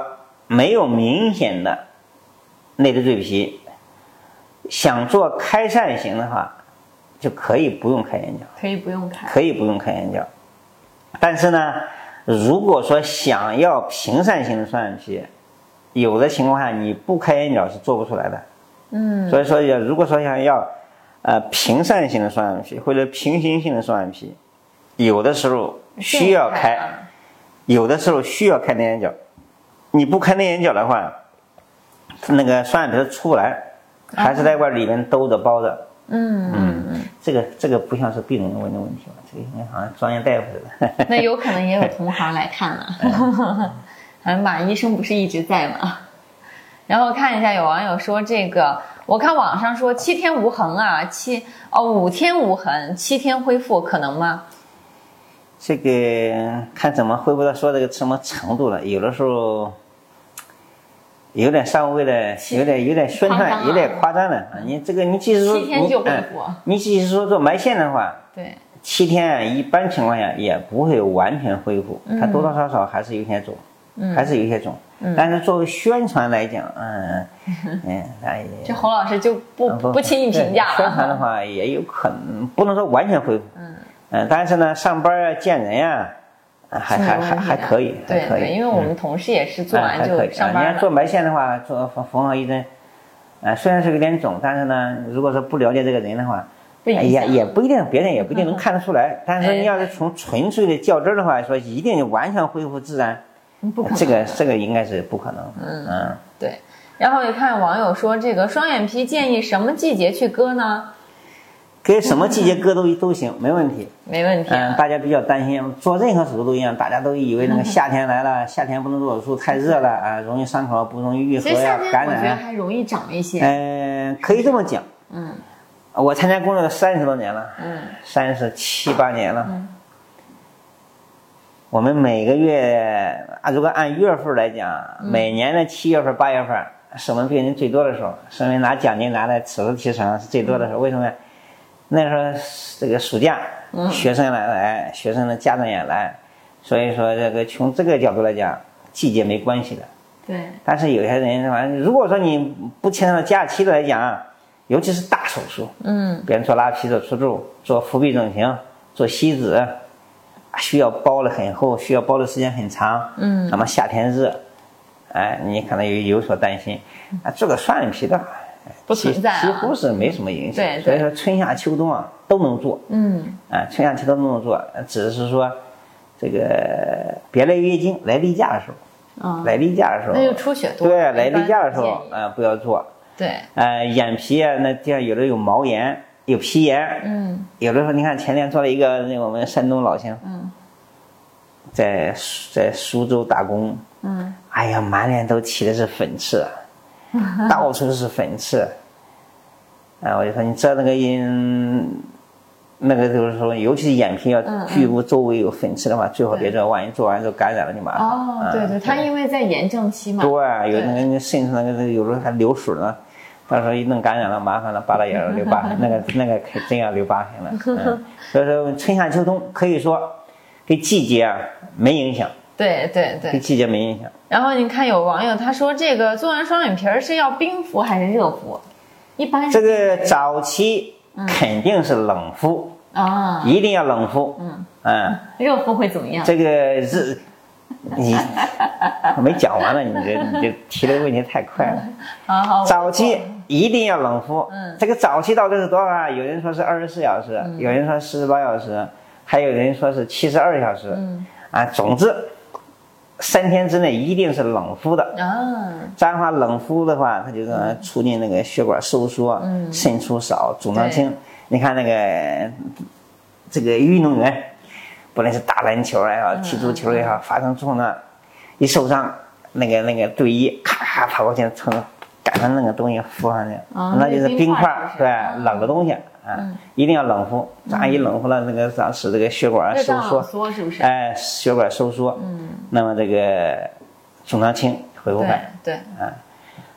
没有明显的内眦赘皮，想做开扇型的话，就可以不用开眼角，可以不用开。可以不用开眼角。但是呢，如果说想要平扇型的双眼皮，有的情况下你不开眼角是做不出来的。嗯所以说，要如果说想要，呃，平扇型的双眼皮或者平行性的双眼皮，有的时候需要这个开，啊有的时候需要开内眼角。你不开内眼角的话，那个双眼皮儿出不来，啊还是在外里面兜着包着。嗯嗯嗯，这个这个不像是病人问的问题吧？这个应该好像专业大夫似 <laughs> 的。那有可能也有同行来看了。 <laughs> 哎，马医生不是一直在吗？然后看一下，有网友说这个，我看网上说七天无痕啊，七哦五天无痕，七天恢复可能吗？这个看怎么恢复到说这个什么程度了，有的时候有点上位的，有点有点宣夸张传，啊有点夸张了。啊你这个你即使说七天你就恢嗯复啊你即使说做埋线的话，对，七天啊一般情况下也不会完全恢复，嗯它多多少少还是有些肿，还是有些肿。但是作为宣传来讲，嗯 <laughs> 嗯，那也这侯老师就不嗯不轻易评价对宣传 <laughs> 的了。话，也有可能不能说完全恢复。嗯但是呢，上班啊，见人呀、啊，还是没还问题还的还可以，还对可对，以。因为我们同事也是做啊完还可就以上啊你班要了做。埋线的话，做缝缝合一针，啊，虽然是有点肿，但是呢，如果说不了解这个人的话，不影也响哎也不一定，别人也不一定能看得出 <laughs> 来。但是哎你要是从纯粹的较真儿的话说，一定就完全恢复自然，嗯不可能这个这个应该是不可能。嗯，对，然后也看网友说这个双眼皮建议什么季节去割呢？跟什么季节割都都行，没问题。没问题、嗯，啊，大家比较担心，做任何手术都一样，大家都以为那个夏天 <laughs> 来了，夏天不能做手术，太热了啊，容易伤口不容易愈合其实夏呀天，感我觉得染。啊还容易长一些。嗯、可以这么讲。嗯。我参加工作三十多年了，嗯，三十七八年了。我们每个月啊，如果按月份来讲，每年的七月份、八月份是我们病人最多的时候，是因为拿奖金拿的此时提成是最多的时候。为什么呀？那时候这个暑假，学生来来，学生的家长也来，所以说这个从这个角度来讲，季节没关系的。对，但是有些人反正如果说你不牵扯到假期的来讲啊，尤其是大手术，嗯，比如做拉皮、做除皱、做伏笔整形、做吸脂，啊需要包的很厚，需要包的时间很长。嗯，那么夏天热，哎，你可能有有所担心。啊，做个双眼皮的，嗯不其存在啊几乎是没什么影响。对对所以说春夏秋冬啊都能做。嗯，啊，春夏秋冬都能做，只是说这个别来月经来例假的时候，啊、来例假的时候，那就出血多，对，一来般例假的时候建，议呃，不要做。对，呃，眼皮啊，那地方有的有毛炎，有皮炎，嗯，有的时候你看前天做了一个那我们山东老乡，嗯，在在苏州打工，嗯，哎呀，满脸都起的是粉刺，<laughs> 啊到处是粉刺。啊，我就说你知道那个人，那个就是说，尤其是眼皮要嗯局部周围有粉刺的话，最好别做，万一做完之后感染了就麻烦。哦，对嗯对，他因为在炎症期嘛， <laughs> 对，有对那个那肾上那个有时候还流水呢，到时候一弄感染了，麻烦了，疤了眼儿留疤痕，那个那个可真要留疤痕了。嗯，所以说春夏秋冬可以说跟季节啊没影响，对对跟对。季节没影响。然后你看有网友他说这个做完双眼皮儿是要冰敷还是热敷？一般这是个早期肯定是冷敷，啊，一定要冷敷。嗯热敷会怎么样？这个是你没讲完了，你这你这提的问题太快了。好好，我早期一定要冷敷。哦嗯这个早期到底是多少啊？有人说是二十四小时，有人说四十八小时，还有人说是七十二小时。嗯啊，总之三天之内一定是冷敷的。啊，这样的话，冷敷的话，它就呃促进那个血管收缩，嗯渗出少，肿胀对轻。你看那个这个运动员，不论是打篮球也嗯好，踢足球也好，发生重大一受伤，那个那个队医咔咔跑过去，从赶上那个东西敷上去，啊那就是那冰块块儿儿，是对吧嗯啊，冷的东西啊，一定要冷敷。这样一冷敷了，那个啥使这个血管热啊收胀缩冷，缩是不是？哎，血管收缩，嗯，那么这个肿胀轻恢复对快。对，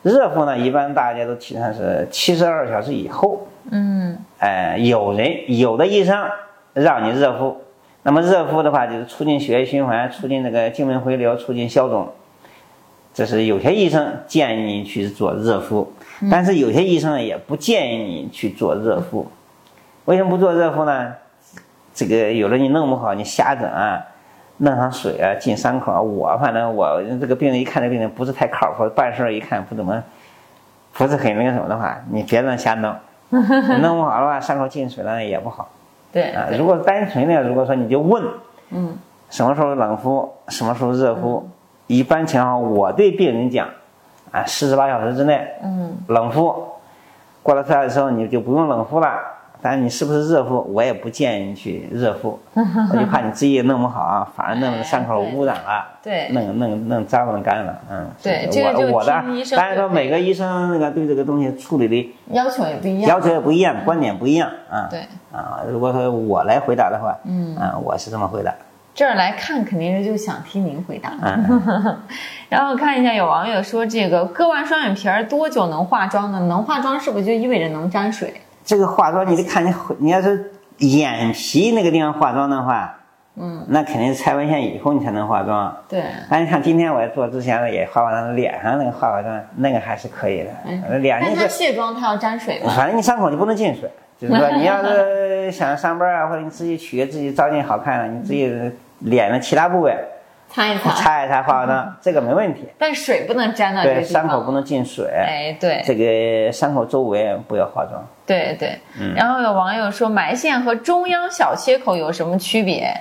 热敷呢，一般大家都提倡是七十二小时以后。嗯，呃，有人有的医生让你热敷，那么热敷的话就是促进血液循环，促进这个静脉回流，促进消肿。这是有些医生建议你去做热敷，但是有些医生呢也不建议你去做热敷。为什么不做热敷呢？这个有的你弄不好，你瞎整啊，弄上水啊，进伤口啊。我反正我这个病人一看这病人不是太靠谱，办事儿一看不怎么，不是很那个什么的话，你别乱瞎弄。 <laughs> 你弄不好的话，伤口进水了也不好对啊。如果单纯的，如果说你就问，嗯，什么时候冷敷，什么时候热敷，一般情况下我对病人讲，啊，四十八小时之内嗯，冷敷，过了四小时之后你就不用冷敷了。但是你是不是热敷，我也不建议你去热敷，我就怕你自己也弄不好啊，反而弄得伤口哎对污染了。对，弄弄弄脏了干了，嗯，对是这个就我我的听医，生当然说对每个医生那个对这个东西处理的要求也不一样。要求也不一样，观点不一样啊。对，啊，如果说我来回答的话，嗯啊，我是这么回答，这儿来看，肯定是就想听您回答。嗯， <laughs> 然后看一下，有网友说这个割完双眼皮儿多久能化妆呢？能化妆是不是就意味着能沾水？这个化妆你得看你，你要是眼皮那个地方化妆的话，嗯，那肯定是拆完线以后你才能化妆。对，但你看今天我做之前呢也化化妆，脸上那个化化妆那个还是可以的，嗯脸但那它个卸妆它要沾水吗？反正你伤口就不能进水，就是说你要是想上班啊，或者你自己取自己照镜好看了，你自己脸的其 <laughs> 他部位擦一擦，嗯擦一擦化化啊妆，这个没问题。但水不能沾到这个对，地方。伤口不能进水。哎，对这个伤口周围不要化妆。对对。嗯然后有网友说，埋线和中央小切口有什么区别？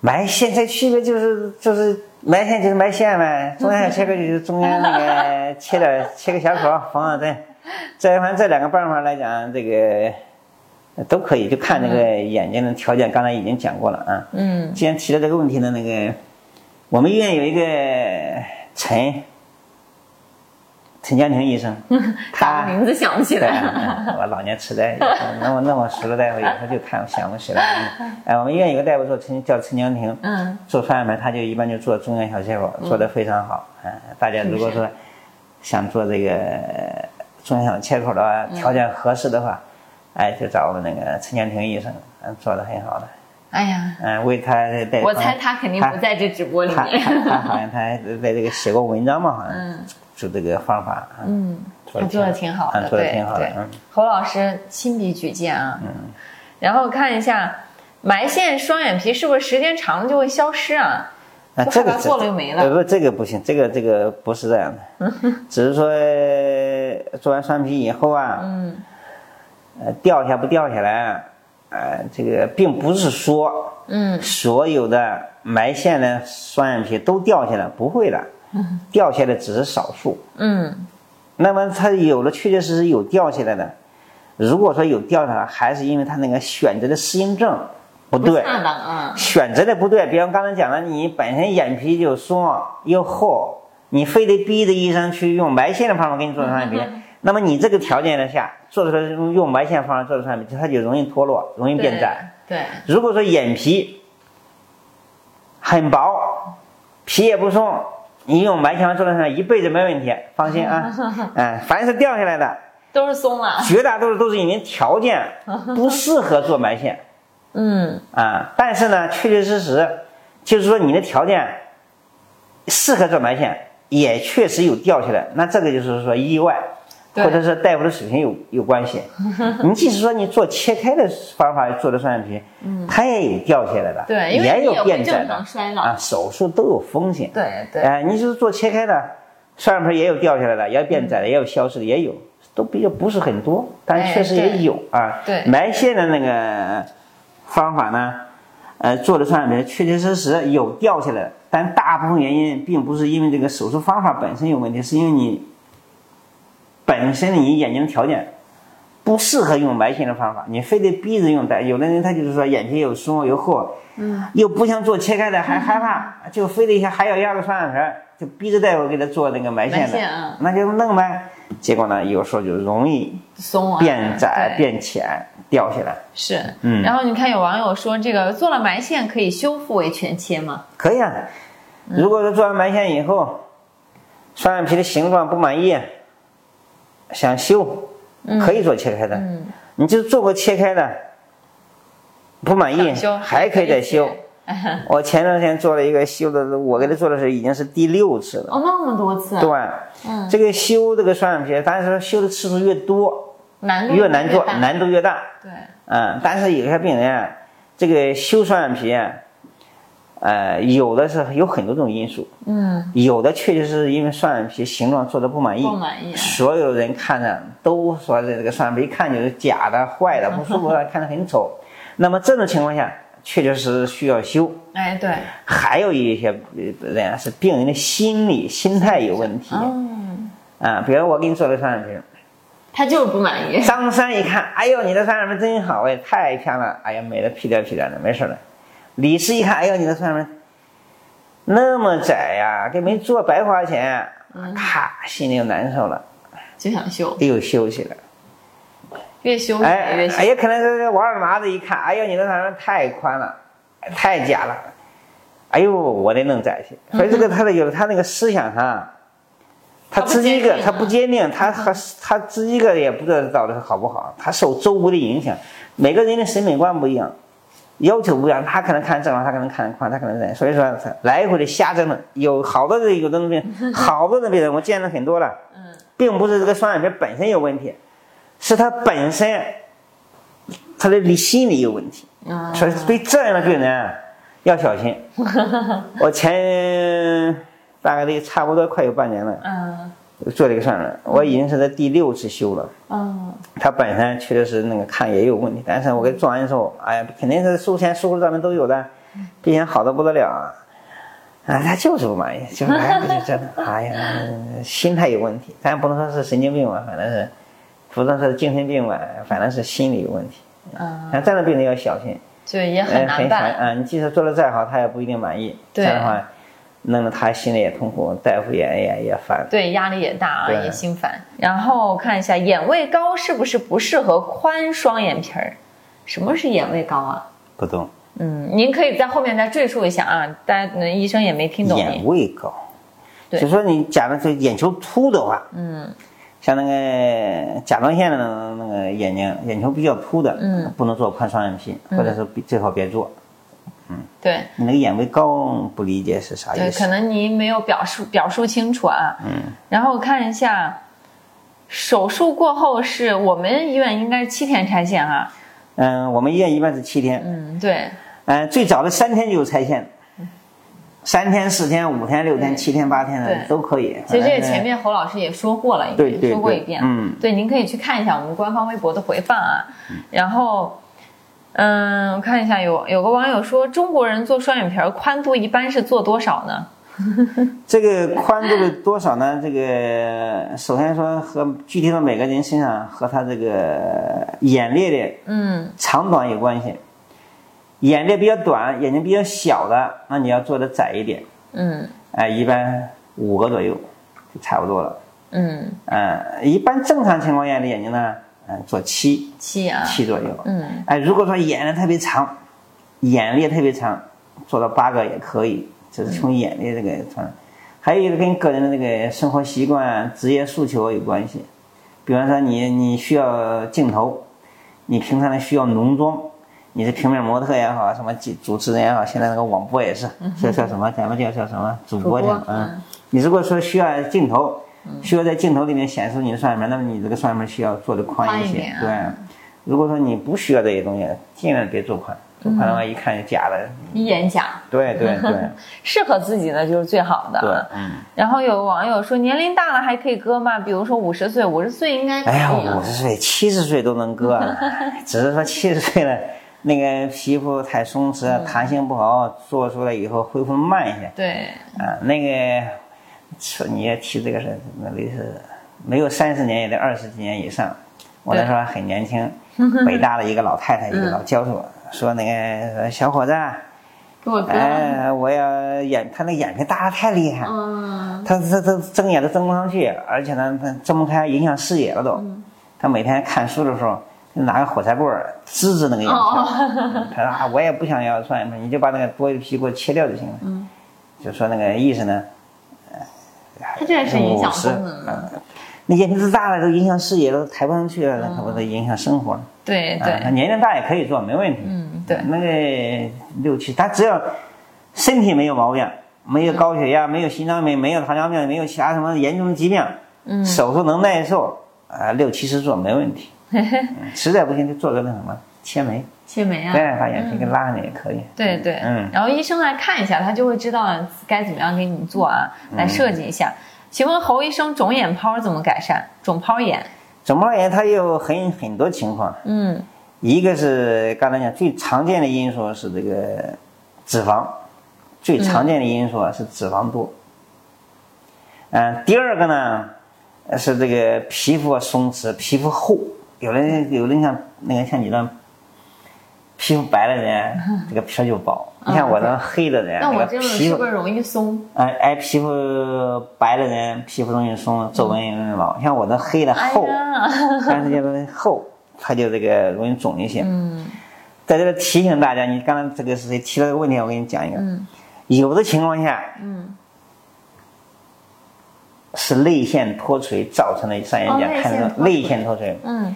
埋线这区别就是就是埋线就是埋线呗，中间小切割就是中间那个切点切个小口缝上针。这反正这两个办法来讲，这个都可以，就看这个眼睛的条件。刚才已经讲过了啊。嗯既然提到这个问题呢，那个我们医院有一个陈陈江婷 <laughs> 医生，打他个名字想不起 <laughs> 对，来了。嗯我老年痴呆，以后那我那我熟了大夫以后就看想不起来。嗯哎，我们医院有个大夫做陈叫陈江婷，嗯，做双眼皮他就一般就做中央小切口，做得非常好。嗯，大家如果说想做这个中央小切口的话，嗯条件合适的话，哎，就找我们那个陈江婷医生，嗯，做得很好的。哎呀，嗯，为他带我猜他肯定不在这直播里 <laughs> 他他他面。好像他还在这个写过文章嘛，好像嗯就这个方法，嗯，做他得做的挺挺好的，嗯做得对挺好的对嗯侯老师亲笔举荐啊。嗯，然后看一下埋线双眼皮是不是时间长了就会消失啊？啊，不这个害怕做了又没了嗯呃不，这个不行，这个这个不是这样的， <laughs> 只是说呃做完双眼皮以后啊，嗯，呃，掉下不掉下来啊，呃，这个并不是说嗯，所有的埋线的双眼皮都掉下来，不会的，掉下来只是少数。嗯，那么它有的确确实实有掉下来的，如果说有掉下来，还是因为它那个选择的适应症不不对，恰当啊。选择的不对。比方刚才讲了，你本身眼皮就松又厚，你非得逼着医生去用埋线的方法给你做双眼皮，那么你这个条件的下做出来用用埋线方法做的双眼皮，它就容易脱落，容易变窄。对。对，如果说眼皮很薄，皮也不松，你用埋墙做的上一辈子没问题，放心啊。嗯，凡是掉下来的，都是松了。绝大多数都是因为条件不适合做埋线嗯，啊。但是呢，确确实实，就是说你的条件适合做埋线，也确实有掉下来，那这个就是说意外。对或者是大夫的水平有有 <laughs> 关系，你即使说你做切开的方法做的双眼皮，嗯，它也有掉下来的，对，因为也你有也变会窄正的常衰老。啊，手术都有风险。对对，哎，你就是做切开的，双眼皮也有掉下来的，也有变窄的，也有消失的，也有，都比较不是很多，但哎确实对也有啊。哎对埋线的那个方法呢，呃，做的双眼皮确确实实有掉下来的，但大部分原因并不是因为这个手术方法本身有问题，是因为你本身你眼睛的条件不适合用埋线的方法，你非得逼着用戴。有的人他就是说眼皮有松有厚，嗯，又不想做切开的，还害怕，就非得像海咬鸭子双眼皮儿，就逼着大夫给他做那个埋线的，埋线啊那就弄呗。结果呢，有时候就容易松啊，变窄、对变浅、掉下来。是，嗯然后你看有网友说这个做了埋线可以修复为全切吗？可以啊，嗯如果说做完埋线以后，双眼皮的形状不满意，想修，可以做切开的。嗯你就做过切开的，不满意想修还可以再修。切我前段时间做了一个修的，我给他做的是已经是第六次了。 <laughs> 哦，那么多次，对，嗯这个修这个双眼皮，当然说修的次数越多难度嗯越难做，大难度越大。对，嗯，但是有些病人啊，这个修双眼皮啊，呃，有的是有很多种因素，嗯，有的确实是因为双眼皮形状做的不满意，啊不满意啊所有人看着都说这个双眼皮一看就是假的、坏的、不舒服的，看着很丑。那么这种情况下，确确实实需要修。哎对，还有一些呃人啊是病人的心理、心态有问题啊、嗯，比如我给你做了双眼皮，他就是不满意，张三一看，哎呦，你的双眼皮真好哎，太漂亮了，哎呀，美的屁颠屁颠的，没事儿了。李四一看，哎呦，你的双眼皮那么窄呀、跟没做白花钱，咔，心里就难受了，就想修，又休息了。越修哎改越，哎修，呀，可能是王二麻子一看，哎呦，你的双眼皮太宽了，太假了，哎呦，我得弄窄些。所以这个他的有他那个思想哈。他他不自己一个坚，定他不坚定，他和他自己一个也不知道到底好不好，他受周围的影响。每个人的审美观不一样，要求不一样，他可能看正方，他可能看宽，他可能怎样，所以说他来回的瞎折腾。有好多的有的病，好多的病人我见了很多了，并不是这个双眼皮本身有问题，是他本身他的理心理有问题，嗯，所以对这样的病人啊要小心。我前大概得差不多快有半年了。嗯做这个算了，我已经是他第六次修了。嗯，他本身确实是那个看也有问题，但是我给做完的时候，哎呀，肯定是术前、术后咱们都有的，病人好的不得了啊！啊，他就是不满意，就是哎，不就这样，哎呀，心态有问题，咱也不能说是神经病吧，反正是，不能说是精神病吧，反正是心理有问题。嗯，像这样的病人要小心，就也哎很，难很烦办，啊！你即使做的再好，他也不一定满意。这对样的话，弄得他心里也痛苦，大夫也也也烦。对，压力也大啊，对也心烦。然后看一下眼位高是不是不适合宽双眼皮儿？什么是眼位高啊？不懂，嗯，您可以在后面再赘述一下啊，大家那医生也没听懂眼你。位高，对就说你假如说眼球凸的话，嗯，像那个甲状腺的那个眼睛，眼球比较凸的，嗯，不能做宽双眼皮，或者是比最好别做。对你那个眼位高，不理解是啥对，意可思？能您没有表述表述清楚啊。嗯，然后看一下，手术过后是我们医院应该是七天拆线啊。嗯，我们医院一般是七天，嗯，对，嗯，最早的三天就有拆线，三天、四天、五天、六天、七天、八天的对都可以。呃其实这反个正前面侯老师也说过了一对遍，对说过对一遍，嗯，对，您可以去看一下我们官方微博的回放啊。然后，嗯，我看一下有有个网友说，中国人做双眼皮儿宽度一般是做多少呢？这个宽度的多少呢？这个首先说和具体到每个人身上和他这个眼裂的嗯，长短有关系。眼裂比较短，眼睛比较小的，那你要做的窄一点，嗯哎、一般五个左右就差不多了。嗯，嗯，一般正常情况下的眼睛呢，嗯，做七七啊，七左右。嗯哎、如果说眼睛特别长，眼裂特别长，做到八个也可以，这是从眼裂这个从，还有一个跟个人的这个生活习惯、啊职业诉求有关系。比方说你你需要镜头，你平常呢需要浓妆，你是平面模特也好，什么主主持人也好，现在那个网播也是叫叫什么，咱们叫叫什么嗯主播主播的，嗯嗯，你如果说需要镜头，需要在镜头里面显示你的双眼皮，那么你这个双眼皮需要做的宽一宽一些点，啊对。如果说你不需要这些东西，尽量别做宽，做宽的话一看就假的。一眼假，对对对适合自己的就是最好的。对，嗯。然后有网友说，年龄大了还可以割吗？比如说五十岁，五十岁应该可以哎呀，啊五十岁、七十岁都能割啊，只是说七十岁了，那个皮肤太松弛，啊弹性不好，做出来以后恢复慢一些。对，啊，那个说你要提这个事儿，那得是没有三十年也得二十几年以上。我那时候还很年轻，北大的一个老太太，一个老教授说那个说小伙子啊，给我割了，哎，我要眼，他那眼皮大的太厉害，嗯，他他他睁眼都睁不上去，而且呢，他睁不开，影响视野了都。他每天看书的时候，就拿个火柴棍儿支支那个眼皮儿。哦嗯他说啊，我也不想要双眼皮，你就把那个多余皮给我切掉就行了。就说那个意思呢，他这是影响功能的，嗯那眼皮子大了都影响视野了，抬不上去了，那可不是影响生活了。嗯对啊，他对，年龄大也可以做，没问题。嗯对那个六七，他只要身体没有毛病，没有高血压，没有心脏病，没有糖尿病，没有其他什么严重的疾病，嗯手术能耐受，啊，六七十做没 <laughs> 问题。嗯实在不行就做个那什么切眉，切眉啊，再把眼皮给拉上去也可以。对对，嗯然后医生来看一下，他就会知道该怎么样给你做啊，嗯来设计一下。请问侯医生，肿眼泡怎么改善？肿泡眼，肿毛炎它有很很多情况，嗯，一个是刚才讲最常见的因素是这个脂肪，最常见的因素啊是脂肪多。嗯、第二个呢呃是这个皮肤啊松弛，皮肤厚。有人有人像那个像你这样皮肤白的人，这个皮儿就薄。 <laughs> 你看我这样黑的人，啊那我这这个种皮是肤不是容易松？哎哎，皮肤白的人皮肤容易松，皱纹也容易老。像我这黑的哎厚，呀， <laughs> 但是这个厚，它就这个容易肿一些。嗯在这里提醒大家，你刚才这个是谁提了个问题？我给你讲一个，嗯有的情况下嗯，是泪腺脱垂造成的上眼哦睑看得到泪泪腺腺脱垂。嗯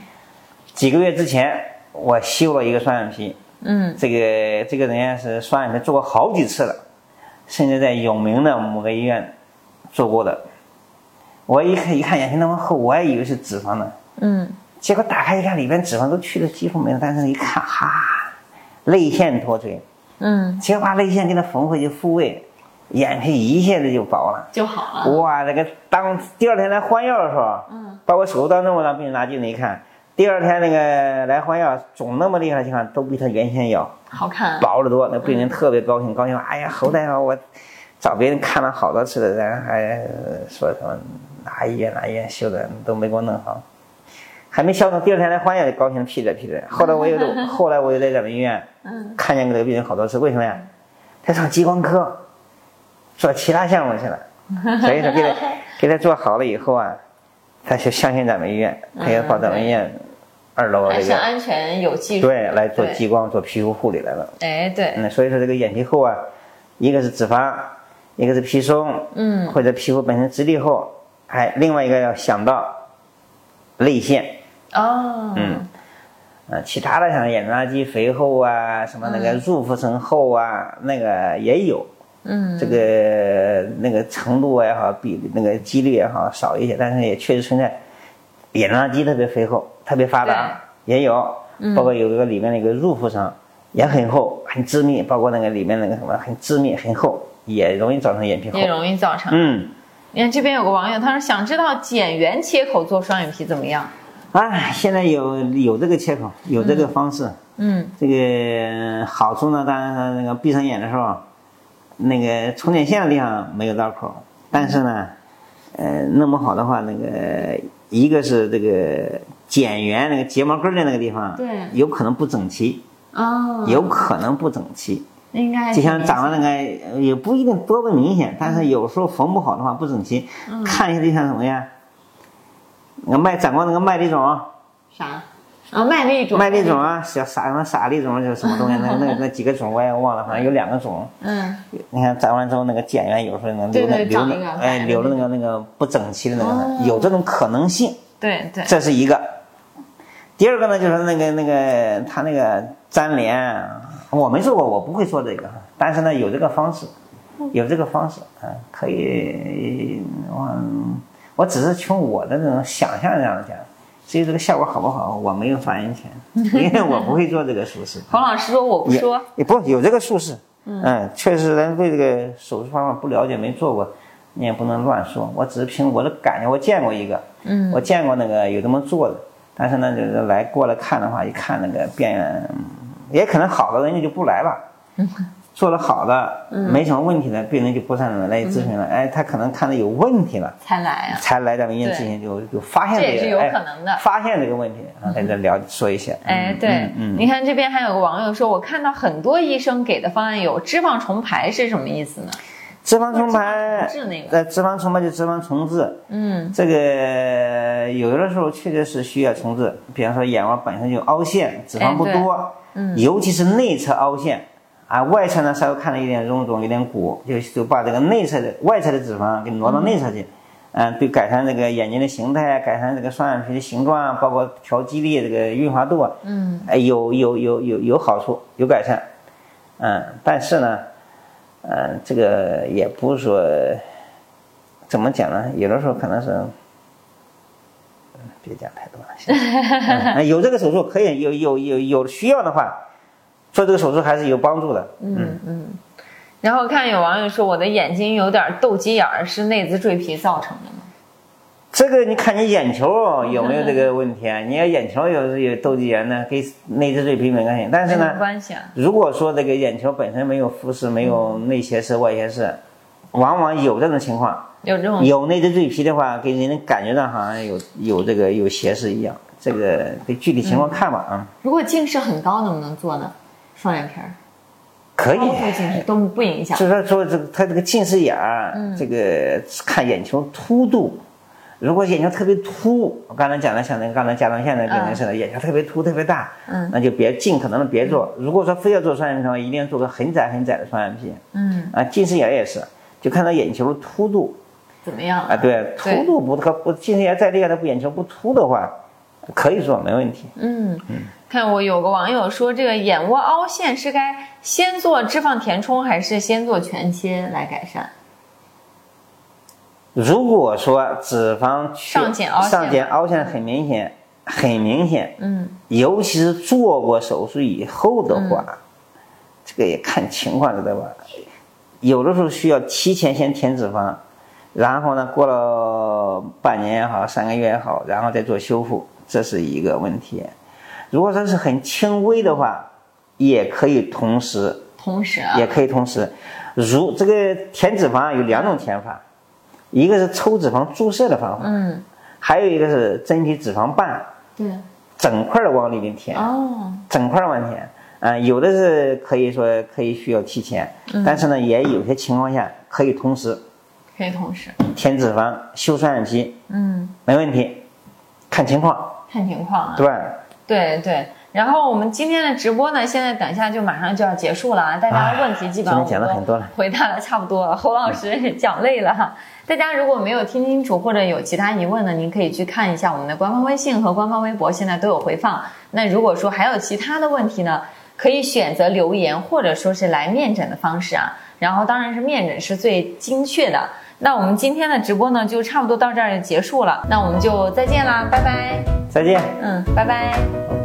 几个月之前，我修了一个双眼皮，嗯，这个这个人家是双眼皮做过好几次了，甚至在永明的某个医院做过的。我一看一看眼睛那么厚，我还以为是脂肪呢，嗯，结果打开一看，里边脂肪都去的几乎没有，但是一看哈，泪腺脱垂。嗯，结果把泪腺给它缝回去复位，眼皮一下子就薄了。就好了。哇，那个当第二天来换药的时候，嗯，把我手术刀那么大病人拿进来一看，第二天那个来换药肿那么厉害的情况，都比他原先要好看。啊薄得多。那病人特别高兴，高兴，哎呀，侯大夫，我找别人看了好多次了，然后还说什么哪医院哪医院修的都没给我弄好。还没消呢，第二天来换药就高兴得屁颠屁颠。后来我又后来我又在咱们医院嗯看见这个病人好多次，为什么呀？他上激光科做其他项目去 <laughs> 了，所以说给他给他做好了以后啊，他就相信咱们医院，嗯他要跑咱们医院二楼啊还这是哦个安全有技术。对来做对激光做皮肤护理来了。哎，对，嗯，所以说这个眼皮厚啊，一个是脂肪，一个是皮松，嗯或者皮肤本身质地厚，还另外一个要想到泪腺。哦，嗯，呃，其他的像眼垃圾肥厚啊，什么那个入肤层厚啊，那个也有，嗯，这个那个程度也好，比那个几率也好少一些，但是也确实存在。眼垃圾特别肥厚，特别发达，也有，嗯包括有一个里面那个入肤层也很厚，很致密，包括那个里面那个什么很致密很厚，也容易造成眼皮厚也。容易造成。嗯，你看这边有个网友，他说想知道睑缘切口做双眼皮怎么样？哎，现在有有这个切口，有这个方式。嗯这个好处呢，当然是那个闭上眼的时候，那个重点线的地方没有刀口，但是呢，呃，弄不好的话，那个一个是这个睑缘那个睫毛根儿的那个地方，对有可能不整齐，哦，有可能不整齐，应该就像长了那个呃也不一定多么明显，但是有时候缝不好的话不整齐，嗯看一下就像什么呀？那个麦长过那个麦粒肿，啥啊麦粒肿，麦粒肿，啊，小啥什么傻粒肿就是什么东西， <laughs> 那那那几个肿我也忘了，好像有两个肿。嗯你看长完之后那个睑缘有时候能对留那对留长一那个哎留了那个那个不整齐的那哦个，有这种可能性，对对，这是一个。第二个呢，就是那个那个他那个粘连，啊我没做过，我不会做这个，但是呢有这个方式，有这个方式啊，可以我我只是从我的那种想象上讲，至于这个效果好不好，我没有发言权，因为我不会做这个术式。黄老师说我不也说，也不有这个术式，嗯，确实咱对这个手术方法不了解，没做过，你也不能乱说。我只是凭我的感觉，我见过一个，嗯，我见过那个有这么做的，但是呢，就是来过来看的话，一看那个变，嗯也可能好的人家就不来了。嗯做了好的，没什么问题的病人就不上来咨询了。嗯哎，他可能看的有问题了，才来啊。才来咱们医院咨询，就就发现这也是个有哎可能的发现这个问题，然后在这聊说一下。嗯哎，对，嗯你看这边还有个网友说，我看到很多医生给的方案有脂肪重排是什么意思呢？脂肪重排脂肪重置那，个呃，脂肪重排就脂肪重置，嗯这个有的时候确实是需要重置，比方说眼窝本身就凹陷，脂肪不哎多，嗯，尤其是内侧凹陷，啊，外侧呢稍微看着有点臃肿，有点鼓，就就把这个内侧的外侧的脂肪给挪到内侧去，嗯，对，改善这个眼睛的形态啊，改善这个双眼皮的形状啊，包括调肌力这个润滑度啊，嗯，哎，有有有有有好处，有改善，嗯，但是呢，嗯，这个也不是说怎么讲呢，有的时候可能是，嗯别讲太多了行嗯，哎有这个手术可以，有有有有需要的话，做这个手术还是有帮助的，嗯，然后看有网友说，我的眼睛有点斗鸡眼儿，是内眦赘皮造成的吗？这个你看你眼球有没有这个问题啊？你要眼球有有斗鸡眼呢，跟内眦赘皮没关系，但是没呢有，关系啊。如果说这个眼球本身没有复视，没有内斜视、外斜视，往往有这种情况。有这种有内眦赘皮的话，给人感觉到好像有有这个有斜视一样。这个得具体情况看吧啊、如果近视很高，能不能做呢？双眼皮儿，可以高。度近视都不影响就。是说这个他这个近视眼儿，嗯这个看眼球凸度。如果眼球特别凸，我刚才讲的像那个刚才甲状腺的病人似的，眼球特别凸特别大，嗯那就别尽可能的别做。如果说非要做双眼皮的话，一定要做个很窄很窄的双眼皮。嗯，啊，近视眼也是，就看到眼球凸度怎么样啊，？对，对凸度不可不，近视眼再厉害的不眼球不凸的话，可以做没问题。嗯，看我有个网友说，这个眼窝凹陷是该先做脂肪填充还是先做全切来改善？如果说脂肪缺上睑凹陷上睑凹陷很明显，很明显，嗯，尤其是做过手术以后的话，这个也看情况知道吧？有的时候需要提前先填脂肪，然后呢，过了半年也好，三个月也好，然后再做修复，这是一个问题。如果说是很轻微的话，也可以同时同时啊也，可以同时。如这个填脂肪有两种填法，一个是抽脂肪注射的方法，嗯，还有一个是真皮脂肪瓣对，整块的往里面填，哦，整块儿往填。啊、有的是可以说可以需要提前，但是呢，也有些情况下可以同时可以同时，填脂肪、修双眼皮，嗯，没问题，看情况，看情况啊。对吧？对对。然后我们今天的直播呢，现在等一下就马上就要结束了啊！大家哎的问题基本上今天讲了我很们多都了回答的差不多了，侯老师也讲累了哈。大家如果没有听清楚或者有其他疑问呢，您可以去看一下我们的官方微信和官方微博，现在都有回放。那如果说还有其他的问题呢，可以选择留言或者说是来面诊的方式啊。然后当然是面诊是最精确的。那我们今天的直播呢，就差不多到这儿结束了。那我们就再见啦，拜拜。再见。嗯，拜拜。拜拜